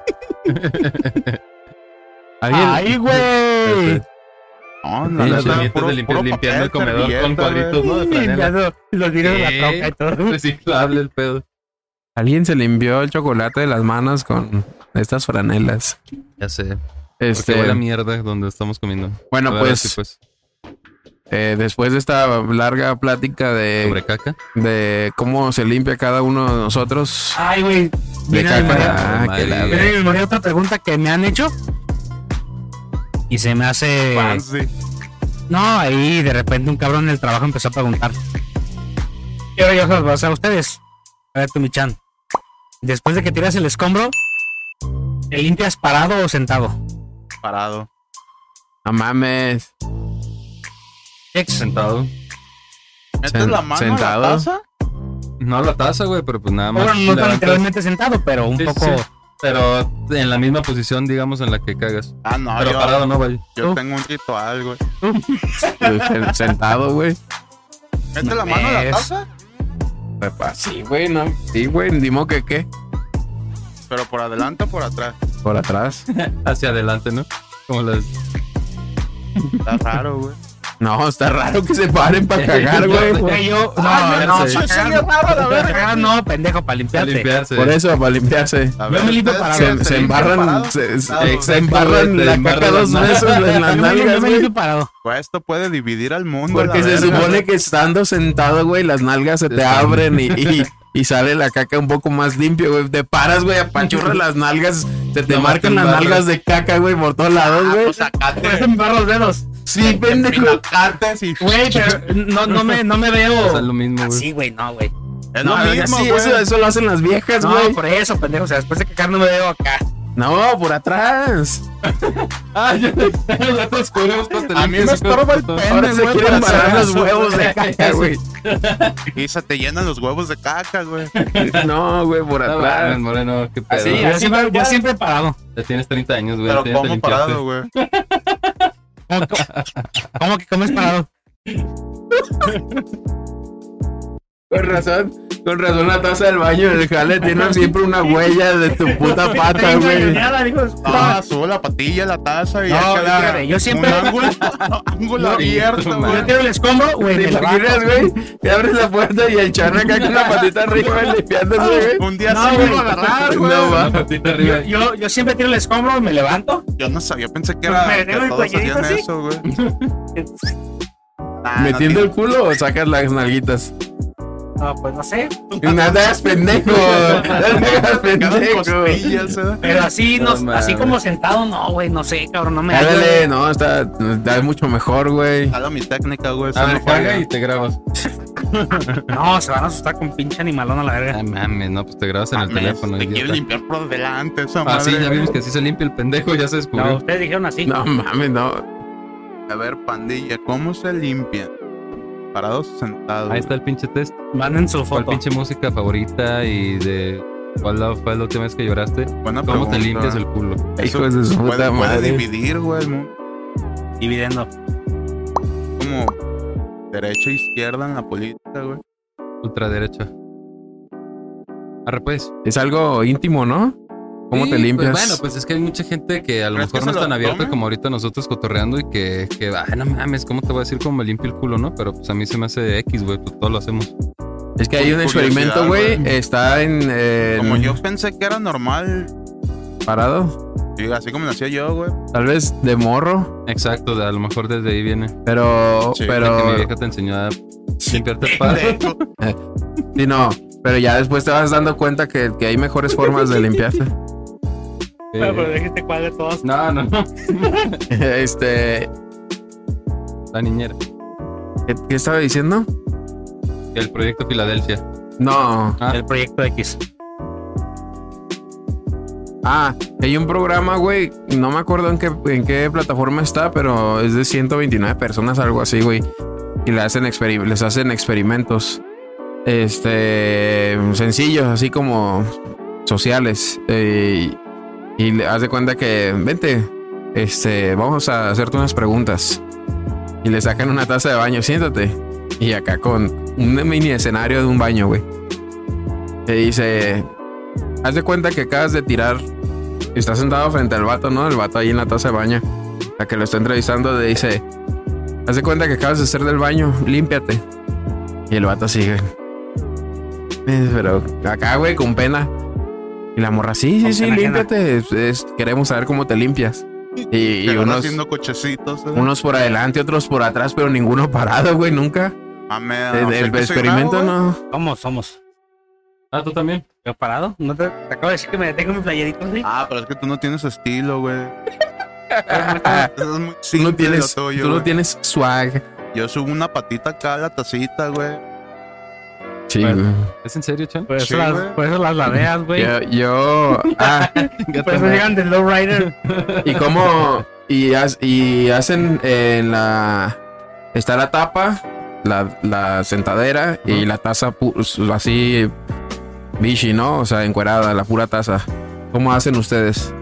Speaker 2: Ah,
Speaker 1: ¿Alguien? Este,
Speaker 4: ¡Ay, güey!
Speaker 2: No, la
Speaker 3: Sí,
Speaker 2: neta,
Speaker 3: sirvientes
Speaker 2: puro-
Speaker 3: de limpi-
Speaker 2: puro
Speaker 3: limpiando el
Speaker 2: papel,
Speaker 3: comedor con
Speaker 2: servilleta,
Speaker 3: cuadritos, ¿no? De franela.
Speaker 4: Limpiando los vidrios de la
Speaker 3: Sí.
Speaker 4: troca y todo.
Speaker 2: Pues,
Speaker 3: Reciclable el pedo.
Speaker 1: Alguien se limpió el chocolate de las manos con estas franelas.
Speaker 3: Ya sé. Porque
Speaker 1: Este,
Speaker 3: huele a mierda donde estamos comiendo.
Speaker 1: bueno,
Speaker 3: Ahora sí,
Speaker 1: pues, eh, después de esta larga plática
Speaker 3: Sobre
Speaker 1: de,
Speaker 3: caca.
Speaker 1: de cómo se limpia cada uno de nosotros,
Speaker 4: Ay, güey.
Speaker 1: de
Speaker 4: Viene a mi memoria-
Speaker 1: caca, ah,
Speaker 3: madre.
Speaker 1: que la-
Speaker 4: viene a mi memoria otra pregunta que me han hecho. Y se me hace.
Speaker 2: Fancy.
Speaker 4: No, ahí de repente un cabrón en el trabajo empezó a preguntar. ¿Qué orgullosos vas a ustedes? A ver, tú, Michan. Después de que tiras el escombro, ¿te limpias parado o sentado?
Speaker 2: Parado.
Speaker 1: no mames.
Speaker 4: Ex.
Speaker 3: Sentado.
Speaker 2: ¿Metes
Speaker 1: Sen-
Speaker 2: la mano
Speaker 1: sentado.
Speaker 2: a la taza?
Speaker 3: No la taza, güey, pero pues nada más.
Speaker 4: Bueno, no tan
Speaker 3: levantas,
Speaker 4: literalmente sentado, pero un
Speaker 3: Sí,
Speaker 4: poco.
Speaker 3: sí. Pero en la misma posición, digamos, en la que cagas.
Speaker 2: Ah, no,
Speaker 3: Pero
Speaker 2: yo,
Speaker 3: parado, ¿no, güey?
Speaker 2: yo
Speaker 4: ¿Tú?
Speaker 2: tengo un ritual, güey.
Speaker 1: Sen- Sentado, güey.
Speaker 2: ¿Metes la mano a la
Speaker 4: Mames.
Speaker 2: taza?
Speaker 1: Sí, güey, no. Sí, güey, dimo que qué.
Speaker 2: Pero por adelante o por atrás.
Speaker 1: Por atrás.
Speaker 3: Hacia adelante, ¿no? Como las.
Speaker 2: Está raro, güey.
Speaker 1: No, está raro que se paren para cagar, güey.
Speaker 4: Güey, yo. No,
Speaker 3: Ah,
Speaker 4: no,
Speaker 3: no, sí.
Speaker 4: para cagar, no, para cagar no, pendejo, para
Speaker 3: Para
Speaker 4: limpiarte.
Speaker 3: limpiarse.
Speaker 1: Por eso, para limpiarse.
Speaker 2: A
Speaker 4: Yo me limpio
Speaker 2: ustedes
Speaker 4: parado.
Speaker 1: Se,
Speaker 2: se- se
Speaker 1: se
Speaker 2: limpian
Speaker 1: embarran,
Speaker 2: parados.
Speaker 1: se, se-
Speaker 2: Ah,
Speaker 1: eh,
Speaker 2: güey.
Speaker 1: se embarran
Speaker 3: Te
Speaker 1: la
Speaker 3: embarran
Speaker 1: caca dos
Speaker 3: las
Speaker 1: veces en las
Speaker 4: Yo me- yo
Speaker 1: nalgas,
Speaker 4: me
Speaker 1: güey.
Speaker 4: limpio parado.
Speaker 2: Güey, Pues, Esto puede dividir al mundo.
Speaker 1: Porque
Speaker 2: la
Speaker 1: se
Speaker 2: verga, güey.
Speaker 1: supone que estando sentado, güey, las nalgas se te
Speaker 3: Está bien.
Speaker 1: abren y, y- y sale la caca un poco más limpio, güey. Te paras, güey, apachurras las nalgas, se te
Speaker 3: No,
Speaker 1: marcan las
Speaker 3: embarras.
Speaker 1: nalgas de caca, güey, por todos
Speaker 4: Ah,
Speaker 2: Ah,
Speaker 1: lados, güey.
Speaker 2: pues
Speaker 4: pues Por eso me barro los dedos.
Speaker 1: Sí, pendejo.
Speaker 2: Antes y-
Speaker 4: Güey, pero no, no, me, no me
Speaker 3: O sea,
Speaker 4: veo.
Speaker 3: lo mismo, güey.
Speaker 4: Así, güey, no, güey.
Speaker 2: Es
Speaker 1: No,
Speaker 2: lo mismo,
Speaker 1: sí,
Speaker 2: güey.
Speaker 1: eso, eso lo hacen las viejas,
Speaker 4: No,
Speaker 1: güey.
Speaker 4: por eso, pendejo. O sea, después de cagar no me veo acá.
Speaker 1: No, por atrás.
Speaker 3: Ah, ya ya te descubrimos cuando te
Speaker 2: A mí me
Speaker 3: limpias, hijo de
Speaker 2: estorba el
Speaker 3: puta.
Speaker 2: pene,
Speaker 1: Ahora se
Speaker 2: güey,
Speaker 1: quieren
Speaker 2: para
Speaker 1: parar
Speaker 2: hacer
Speaker 1: los huevos de caca, güey.
Speaker 2: Y se te llenan los huevos de caca, güey.
Speaker 1: Pues No, güey, por
Speaker 3: No,
Speaker 1: atrás.
Speaker 3: mames, ah, Moreno, qué pedo.
Speaker 1: Así,
Speaker 4: Yo siempre, yo siempre parado.
Speaker 3: Ya tienes 30 años, güey.
Speaker 2: Pero
Speaker 3: ya tienes que
Speaker 2: como
Speaker 3: limpiarte.
Speaker 2: parado, güey.
Speaker 4: ¿Cómo, cómo- cómo que comes parado?
Speaker 1: Con razón, con razón la taza del baño en el jale tiene siempre una huella de tu puta pata, güey.
Speaker 2: Ah, subo la patilla, la taza y
Speaker 4: No,
Speaker 2: ya queda
Speaker 4: fíjate, yo siempre-
Speaker 2: un ángulo, ángulo
Speaker 3: No,
Speaker 2: abierto,
Speaker 3: tu
Speaker 2: güey.
Speaker 3: madre.
Speaker 4: Yo tiro el escombro, güey.
Speaker 1: ¿Te
Speaker 4: me levanto.
Speaker 1: imaginas, güey? Te abres la puerta y el charro acá con la patita arriba limpiándose, güey.
Speaker 2: Un día sí
Speaker 4: No,
Speaker 2: me
Speaker 4: güey.
Speaker 2: iba a agarrar, güey.
Speaker 1: No, va.
Speaker 3: Una patita
Speaker 4: Yo,
Speaker 3: arriba.
Speaker 4: yo, yo siempre tiro el escombro, me levanto.
Speaker 2: Yo no sabía, pensé que
Speaker 4: Pues
Speaker 2: era
Speaker 4: me
Speaker 2: que
Speaker 4: dejo el
Speaker 2: todos hacían
Speaker 3: pues
Speaker 4: cuellito así.
Speaker 2: eso, güey.
Speaker 3: Ah,
Speaker 2: Nah,
Speaker 1: ¿Metiendo el
Speaker 2: Ah, no
Speaker 1: culo o sacas las nalguitas?
Speaker 4: No, pues no sé.
Speaker 1: No te hagas pendejo. No te hagas
Speaker 2: tiene- quedan
Speaker 1: pendejo.
Speaker 2: costillas, ¿eh?
Speaker 4: Pero así,
Speaker 3: No
Speaker 4: no, así
Speaker 3: mames.
Speaker 4: como sentado, no, güey. No sé, cabrón. No me
Speaker 1: Ándale, no, está, está mucho mejor, güey.
Speaker 2: Jalo mi técnica, güey. eso
Speaker 3: A
Speaker 2: Pues, no
Speaker 3: ver,
Speaker 2: juega.
Speaker 3: caga y te grabas.
Speaker 4: No, se van a asustar con pinche animalón a la verga.
Speaker 3: Ah, mames, no, pues te grabas en el
Speaker 2: Mames,
Speaker 3: teléfono.
Speaker 2: Te
Speaker 3: idiota.
Speaker 2: quiere limpiar por delante esa
Speaker 3: Ah, sí,
Speaker 2: madre.
Speaker 3: ya vimos que sí se limpia el pendejo, ya se
Speaker 4: No,
Speaker 3: descubrió.
Speaker 4: ustedes dijeron así.
Speaker 1: No mames, no.
Speaker 2: A ver, pandilla, ¿cómo se limpian? Parados o sentados.
Speaker 3: Ahí está el pinche test.
Speaker 4: Manden su
Speaker 3: ¿Cuál
Speaker 4: foto.
Speaker 3: pinche música favorita y de cuál la- fue la última vez que lloraste?
Speaker 2: Buena
Speaker 3: ¿Cómo
Speaker 2: pregunta.
Speaker 3: te limpias el culo?
Speaker 2: Eso
Speaker 1: Hijos de su
Speaker 2: puede-
Speaker 1: puta
Speaker 2: puede
Speaker 1: madre.
Speaker 2: dividir, güey, el mundo.
Speaker 4: Dividendo.
Speaker 2: como derecha e izquierda en la política, güey.
Speaker 3: Ultraderecha. Arre, pues.
Speaker 1: Es algo íntimo, ¿no? ¿Cómo
Speaker 3: Sí,
Speaker 1: te
Speaker 3: pues,
Speaker 1: limpias?
Speaker 3: bueno, pues es que hay mucha gente que a lo
Speaker 2: ¿Crees que
Speaker 3: mejor no
Speaker 2: se
Speaker 3: es tan
Speaker 2: lo
Speaker 3: abierta
Speaker 2: tomen?
Speaker 3: como ahorita nosotros cotorreando y que, que, ay, no mames, ¿cómo te voy a decir cómo me limpio el culo, no? Pero pues a mí se me hace X, güey, pues todo lo hacemos.
Speaker 1: Es que hay un
Speaker 2: Curiosidad,
Speaker 1: experimento, güey.
Speaker 2: güey.
Speaker 1: Está en. eh,
Speaker 2: Como yo pensé que era normal,
Speaker 1: Parado.
Speaker 2: y así como lo hacía yo, güey.
Speaker 1: Tal vez de morro.
Speaker 3: Exacto, a lo mejor desde ahí viene.
Speaker 1: Pero.
Speaker 2: Sí,
Speaker 3: Pero... Que mi
Speaker 1: pero.
Speaker 3: vieja te enseñó a limpiarte el palo.
Speaker 2: De hecho,
Speaker 1: Sí, no. Pero ya después te vas dando cuenta que, que hay mejores formas de limpiarse.
Speaker 4: Pero, pues, pero
Speaker 3: Eh,
Speaker 4: déjate cuál de todas.
Speaker 3: No, no, no.
Speaker 1: Este.
Speaker 3: La niñera.
Speaker 1: ¿Qué, qué estaba diciendo?
Speaker 3: El proyecto Filadelfia.
Speaker 1: No.
Speaker 3: Ah.
Speaker 4: El proyecto X.
Speaker 1: Ah, hay un programa, güey. No me acuerdo en qué, en qué plataforma está, pero es de 129 personas, algo así, güey. Y le hacen experi- les hacen experimentos. Este. Sencillos, así como sociales. eh, y, y le- haz de cuenta que, vente, este, vamos a hacerte unas preguntas. Y le sacan una taza de baño, siéntate. Y acá con un mini escenario de un baño, güey. Te dice, haz de cuenta que acabas de tirar. Estás sentado frente al vato, ¿no? El vato ahí en la taza de baño. la que lo está entrevistando, le dice: Haz de cuenta que acabas de hacer del baño, límpiate. Y el vato sigue. Eh, Pero acá, güey, con pena. Y la morra, sí, sí,
Speaker 4: Con
Speaker 1: sí,
Speaker 4: pena ajena.
Speaker 1: límpiate. es- es- queremos saber cómo te limpias. Y, y
Speaker 2: Te van
Speaker 1: unos,
Speaker 2: haciendo cochecitos. ¿eh?
Speaker 1: unos por adelante, otros por atrás, pero ninguno parado, güey, nunca.
Speaker 2: Mame,
Speaker 1: el
Speaker 2: no sé
Speaker 1: el
Speaker 2: qué soy
Speaker 1: experimento
Speaker 2: bravo,
Speaker 1: no.
Speaker 4: Somos, somos.
Speaker 3: Ah, tú también.
Speaker 4: ¿Yo parado? ¿No te, te acabo de decir que me detengo en mi playerito? ¿sí?
Speaker 2: güey. Ah, pero es que tú no tienes estilo, güey. Eso es muy
Speaker 1: Tú
Speaker 2: simple
Speaker 1: no
Speaker 2: lo
Speaker 1: tienes,
Speaker 2: tuyo,
Speaker 1: tú no
Speaker 2: güey.
Speaker 1: tienes swag.
Speaker 2: Yo subo una patita acá a la tacita, güey.
Speaker 1: Sí,
Speaker 3: Bueno.
Speaker 1: güey.
Speaker 3: ¿Es en serio, Chan?
Speaker 4: Por eso,
Speaker 2: Sí,
Speaker 4: pues, las,
Speaker 2: güey.
Speaker 4: por eso las ladeas, güey.
Speaker 1: Yo, yo- ah,
Speaker 3: Pues,
Speaker 4: Por eso llegan de lowrider.
Speaker 1: y cómo y, has- y hacen en la está la tapa, la, la sentadera y la taza pu- pues, así bichi, ¿no? O sea, encuerada, la pura taza. ¿Cómo hacen ustedes?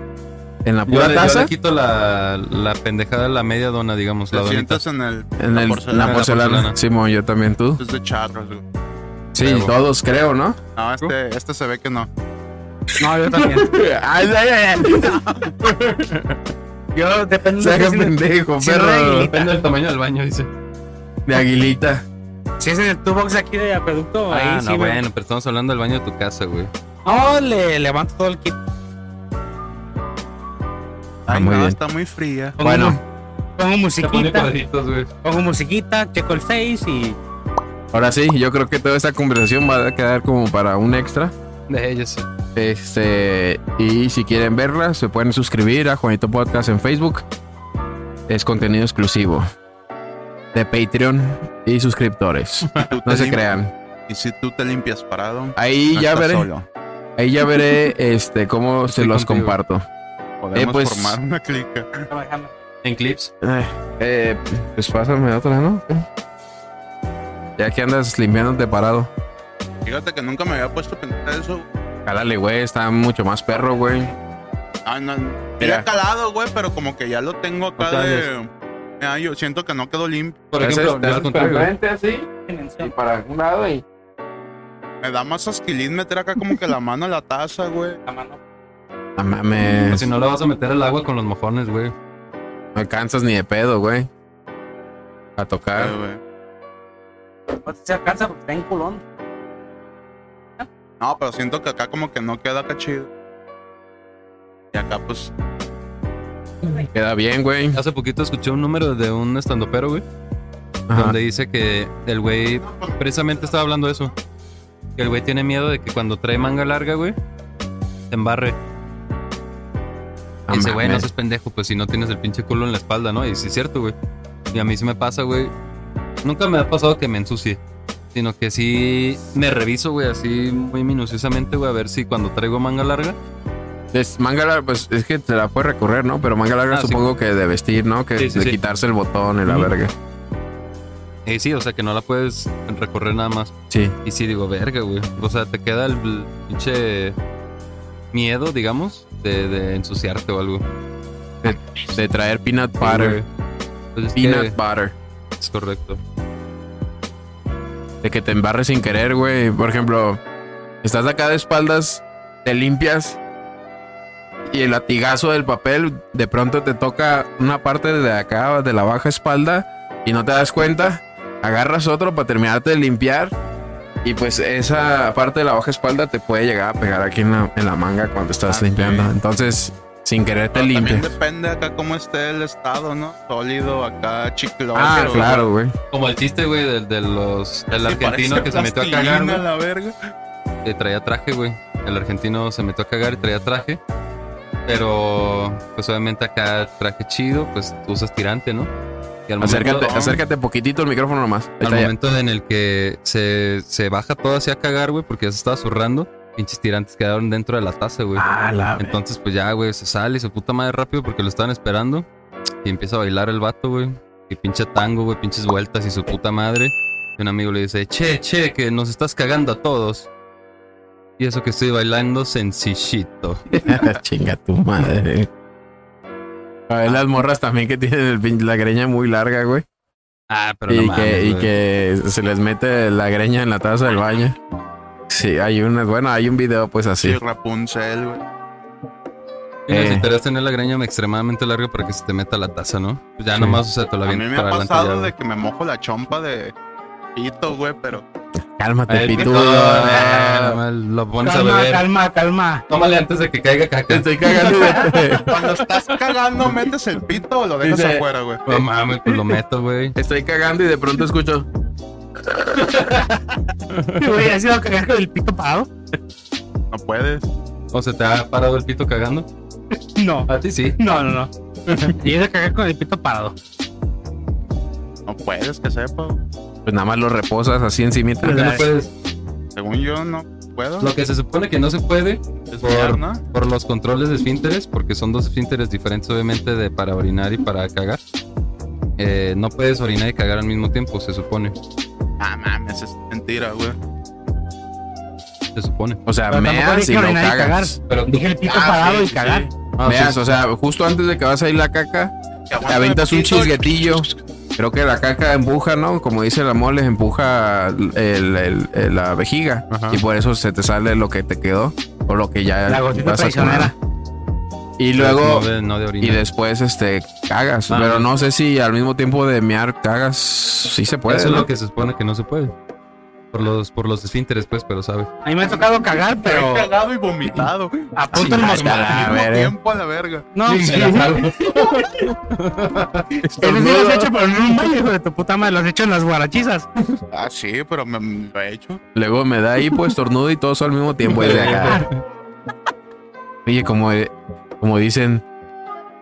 Speaker 1: En la
Speaker 3: Yo
Speaker 1: pura
Speaker 3: le, yo
Speaker 1: taza,
Speaker 3: le quito la, la pendejada, la media dona, digamos,
Speaker 2: Te
Speaker 3: la donita.
Speaker 2: sientas en el.
Speaker 1: en
Speaker 2: la
Speaker 1: el-
Speaker 2: porcelana,
Speaker 1: la
Speaker 3: la
Speaker 1: porcelana.
Speaker 3: porcelana.
Speaker 1: Simón, yo también tú.
Speaker 2: Es de charros, güey.
Speaker 1: Sí,
Speaker 3: Huevo.
Speaker 1: todos creo, ¿no?
Speaker 2: No, este, este se ve que no.
Speaker 4: No, yo también. Yo depende
Speaker 1: Se
Speaker 4: de
Speaker 1: haga
Speaker 4: si, es en el-
Speaker 1: pendejo,
Speaker 4: si no
Speaker 1: perro.
Speaker 4: hay-
Speaker 3: Depende del tamaño del baño, dice.
Speaker 1: De aguilita.
Speaker 3: Pues
Speaker 4: si es en el toolbox aquí de acueducto. ahí
Speaker 3: Ah,
Speaker 4: sí,
Speaker 3: no,
Speaker 4: me-
Speaker 3: bueno, pero estamos hablando del baño de tu casa, güey.
Speaker 4: No, le levanto todo el kit.
Speaker 2: Ay,
Speaker 1: muy
Speaker 2: no,
Speaker 1: bien.
Speaker 2: está muy fría.
Speaker 4: Pongo
Speaker 1: Bueno.
Speaker 4: mu- Pongo
Speaker 3: Te pone
Speaker 4: musiquita,
Speaker 3: cuadritos, güey.
Speaker 4: pongo musiquita, checo el face y
Speaker 1: Ahora sí, yo creo que toda esta conversación va a quedar como para un extra.
Speaker 3: De ellos.
Speaker 1: Este, y si quieren verla, se pueden suscribir a Juanito Podcast en Facebook. Es contenido exclusivo de Patreon y suscriptores.
Speaker 2: Y tú
Speaker 1: No
Speaker 2: te
Speaker 1: se
Speaker 2: lim-
Speaker 1: crean.
Speaker 2: Y si tú te limpias parado.
Speaker 1: Ahí
Speaker 2: no
Speaker 1: ya
Speaker 2: estás
Speaker 1: veré,
Speaker 2: solo.
Speaker 1: ahí ya veré este cómo
Speaker 3: Estoy
Speaker 1: se los
Speaker 3: contigo.
Speaker 1: comparto.
Speaker 2: Podemos
Speaker 1: Eh, pues-
Speaker 2: formar una clica.
Speaker 4: trabajando.
Speaker 3: En clips.
Speaker 1: Eh, pues pásame otra, ¿no? Ya que andas limpiándote parado.
Speaker 2: Fíjate que nunca me había puesto a pensar eso.
Speaker 1: Cálale, güey, está mucho más perro, güey.
Speaker 2: Ah, no. me
Speaker 1: Mira.
Speaker 2: había calado, güey, pero como que ya lo tengo acá
Speaker 3: No te
Speaker 2: de. Mira, yo siento que no quedó limpio.
Speaker 3: Por
Speaker 1: Te haces-
Speaker 3: ejemplo,
Speaker 1: te
Speaker 3: yo al
Speaker 1: haces
Speaker 3: contrario. güey.
Speaker 1: perfectamente así y para un lado y
Speaker 2: Me da más asquilín meter acá como que la mano a la taza, güey.
Speaker 4: La mano.
Speaker 1: no mames,
Speaker 3: Si no la vas a meter al agua con los mojones, güey.
Speaker 1: no alcanzas ni de pedo, güey. A
Speaker 3: Ah.
Speaker 1: tocar.
Speaker 2: Eh, güey.
Speaker 4: No se alcanza porque está en culón.
Speaker 2: No, pero siento que acá como que no queda acá chido. Y acá pues.
Speaker 1: Queda bien, güey.
Speaker 3: Hace poquito escuché un número de un estandopero, güey.
Speaker 1: Ajá.
Speaker 3: Donde dice que el güey precisamente estaba hablando de eso. Que el güey tiene miedo de que cuando trae manga larga, güey, te embarre.
Speaker 1: Ah,
Speaker 3: Y dice, güey, no
Speaker 1: mames.
Speaker 3: seas pendejo, pues si no tienes el pinche culo en la espalda, ¿no? Y sí es cierto, güey. Y a mí sí me pasa, güey. Nunca me ha pasado que me ensucie. Sino que sí me reviso, güey, así muy minuciosamente, güey, a ver si cuando traigo manga larga.
Speaker 1: Es manga larga, pues es que te la puedes recorrer, ¿no? Pero manga larga
Speaker 3: Ah, sí.
Speaker 1: supongo que de vestir, ¿no? Que
Speaker 3: Sí, sí,
Speaker 1: de
Speaker 3: sí.
Speaker 1: quitarse el botón y la
Speaker 3: Ujú.
Speaker 1: verga.
Speaker 3: Y eh, sí, o sea que no la puedes recorrer nada más.
Speaker 1: Sí.
Speaker 3: Y sí, digo, verga, güey. O sea, te queda el bl- pinche miedo, digamos, de, de ensuciarte o algo.
Speaker 1: De traer peanut
Speaker 3: Padre.
Speaker 1: butter. peanut butter.
Speaker 3: Pues es correcto.
Speaker 1: De que te embarres sin querer, güey. Por ejemplo, estás acá de espaldas, te limpias y el latigazo del papel de pronto te toca una parte de acá, de la baja espalda, y no te das cuenta. Agarras otro para terminarte de limpiar. Y pues esa parte de la baja espalda te puede llegar a pegar aquí en la, en la manga cuando estás
Speaker 2: Ah,
Speaker 1: limpiando.
Speaker 2: sí.
Speaker 1: Entonces, sin querer te
Speaker 2: pero también
Speaker 1: limpias.
Speaker 2: depende acá cómo esté el estado, ¿no? Sólido, acá chicloso.
Speaker 1: Ah,
Speaker 2: güey.
Speaker 1: claro, güey.
Speaker 3: Como el chiste, güey, del, de los, del
Speaker 2: Sí,
Speaker 3: argentino
Speaker 2: parece
Speaker 3: que se metió a cagar,
Speaker 2: plastilina
Speaker 3: güey.
Speaker 2: la verga.
Speaker 3: eh, traía traje, güey. El argentino se metió a cagar y traía traje. Pero, pues obviamente acá traje chido, pues usas tirante, ¿no? Y al
Speaker 1: Acércate,
Speaker 3: momento,
Speaker 1: acércate poquitito el micrófono nomás. Ahí
Speaker 3: al
Speaker 1: está ya.
Speaker 3: momento en el que se, se baja todo así a cagar, güey, porque ya se estaba zurrando, pinches tirantes quedaron dentro de la taza, güey.
Speaker 1: Ah, la
Speaker 3: Entonces, pues ya, güey, se sale y se puta madre rápido porque lo estaban esperando. Y empieza a bailar el vato, güey. Y pinche tango, güey, pinches vueltas y su puta madre. Y un amigo le dice, che, che, que nos estás cagando a todos. Y eso que estoy bailando sencillito.
Speaker 1: Chinga tu madre. A ver, las morras también que tienen el pin- la greña muy larga, güey.
Speaker 3: Ah, pero
Speaker 1: y,
Speaker 3: no mames,
Speaker 1: que, y
Speaker 3: güey.
Speaker 1: que se les mete la greña en la taza del baño. Sí, hay unas, bueno, hay un video pues
Speaker 2: Sí,
Speaker 1: así.
Speaker 2: Rapunzel, güey.
Speaker 3: Y
Speaker 1: Eh,
Speaker 3: necesitarías tener la greña extremadamente larga para que se te meta la taza, ¿no? Pues ya
Speaker 1: Sí.
Speaker 3: nomás, o sea, te la
Speaker 2: A mí
Speaker 3: vienes
Speaker 2: me
Speaker 3: para
Speaker 2: ha
Speaker 3: adelante.
Speaker 2: pasado
Speaker 3: ya,
Speaker 2: de que me mojo la chompa de pito, güey, pero
Speaker 1: cálmate,
Speaker 3: Ay,
Speaker 1: pitudo.
Speaker 3: no,
Speaker 1: eh,
Speaker 3: no, no, Ah, lo pones a
Speaker 4: Calma,
Speaker 3: beber.
Speaker 4: calma, calma.
Speaker 3: Tómale antes de que caiga
Speaker 1: Te
Speaker 3: caca.
Speaker 1: estoy cagando. de-
Speaker 2: cuando estás cagando, metes el pito o lo dejas
Speaker 1: Dice-
Speaker 2: afuera, güey.
Speaker 3: No mames, pues lo meto, güey.
Speaker 1: estoy cagando y de pronto escucho.
Speaker 4: Güey, ¿has ido a cagar con el pito parado?
Speaker 2: No puedes.
Speaker 3: O se te ha parado el pito cagando.
Speaker 4: No.
Speaker 3: A ti sí.
Speaker 4: No, no, no. Yo he ido a cagar con el pito parado.
Speaker 2: No puedes, que sepa. güey.
Speaker 1: Pues nada más lo reposas así encimita.
Speaker 3: ¿Por qué no puedes?
Speaker 2: Según yo, no puedo.
Speaker 3: Lo que se supone que no se puede
Speaker 2: Es
Speaker 3: por-
Speaker 2: miar, ¿no?
Speaker 3: por los controles de esfínteres, porque son dos esfínteres diferentes, obviamente, de para orinar y para cagar. Eh, no puedes orinar y cagar al mismo tiempo, se supone.
Speaker 2: Ah, mames, es mentira, güey.
Speaker 3: Se supone.
Speaker 1: O sea,
Speaker 4: Pero tampoco
Speaker 1: meas
Speaker 4: dije
Speaker 1: y no
Speaker 4: orinar y cagar.
Speaker 1: cagas.
Speaker 3: Pero tú-
Speaker 4: Dije el pito
Speaker 2: Ah,
Speaker 4: parado
Speaker 2: sí,
Speaker 4: y
Speaker 2: sí,
Speaker 4: cagar.
Speaker 2: sí.
Speaker 3: ah,
Speaker 1: Meas,
Speaker 3: sí,
Speaker 1: o sea, justo antes de que vas a ir la caca,
Speaker 2: Que
Speaker 1: te
Speaker 2: aguanta
Speaker 1: aventas
Speaker 2: el
Speaker 1: un
Speaker 2: pito,
Speaker 1: chisguetillo. Creo que la caca empuja, ¿no? Como dice la mole, empuja el- el- el- la vejiga.
Speaker 3: Ajá.
Speaker 1: Y por eso se te sale lo que te quedó o lo que ya
Speaker 4: La gotita
Speaker 1: vas a
Speaker 4: traicionera.
Speaker 1: comer. Y
Speaker 3: pero
Speaker 1: luego,
Speaker 3: no de, no de
Speaker 1: y
Speaker 3: orinar.
Speaker 1: después, este, cagas.
Speaker 3: Ah.
Speaker 1: Pero no sé si al mismo tiempo de mear, cagas. Sí se puede.
Speaker 3: Eso es
Speaker 1: ¿no?
Speaker 3: lo que se supone que no se puede. Por los, por los esfínteres, pues, pero sabes.
Speaker 4: A mí me ha tocado cagar,
Speaker 2: Pero
Speaker 4: pero
Speaker 2: he cagado y vomitado.
Speaker 4: a punto de
Speaker 1: Sí,
Speaker 4: mosca.
Speaker 1: Ah, a
Speaker 2: Al
Speaker 1: ver,
Speaker 2: mismo
Speaker 1: eh.
Speaker 2: tiempo a la verga.
Speaker 4: No, sí. Eso sí lo has hecho, pero no en un baño, hijo de tu puta madre. Lo has hecho en las guarachizas.
Speaker 2: Ah, sí, pero me, me lo he hecho.
Speaker 1: Luego me da ahí, pues, tornudo y todo eso al mismo tiempo. y de acá. Oye, como, eh, como dicen,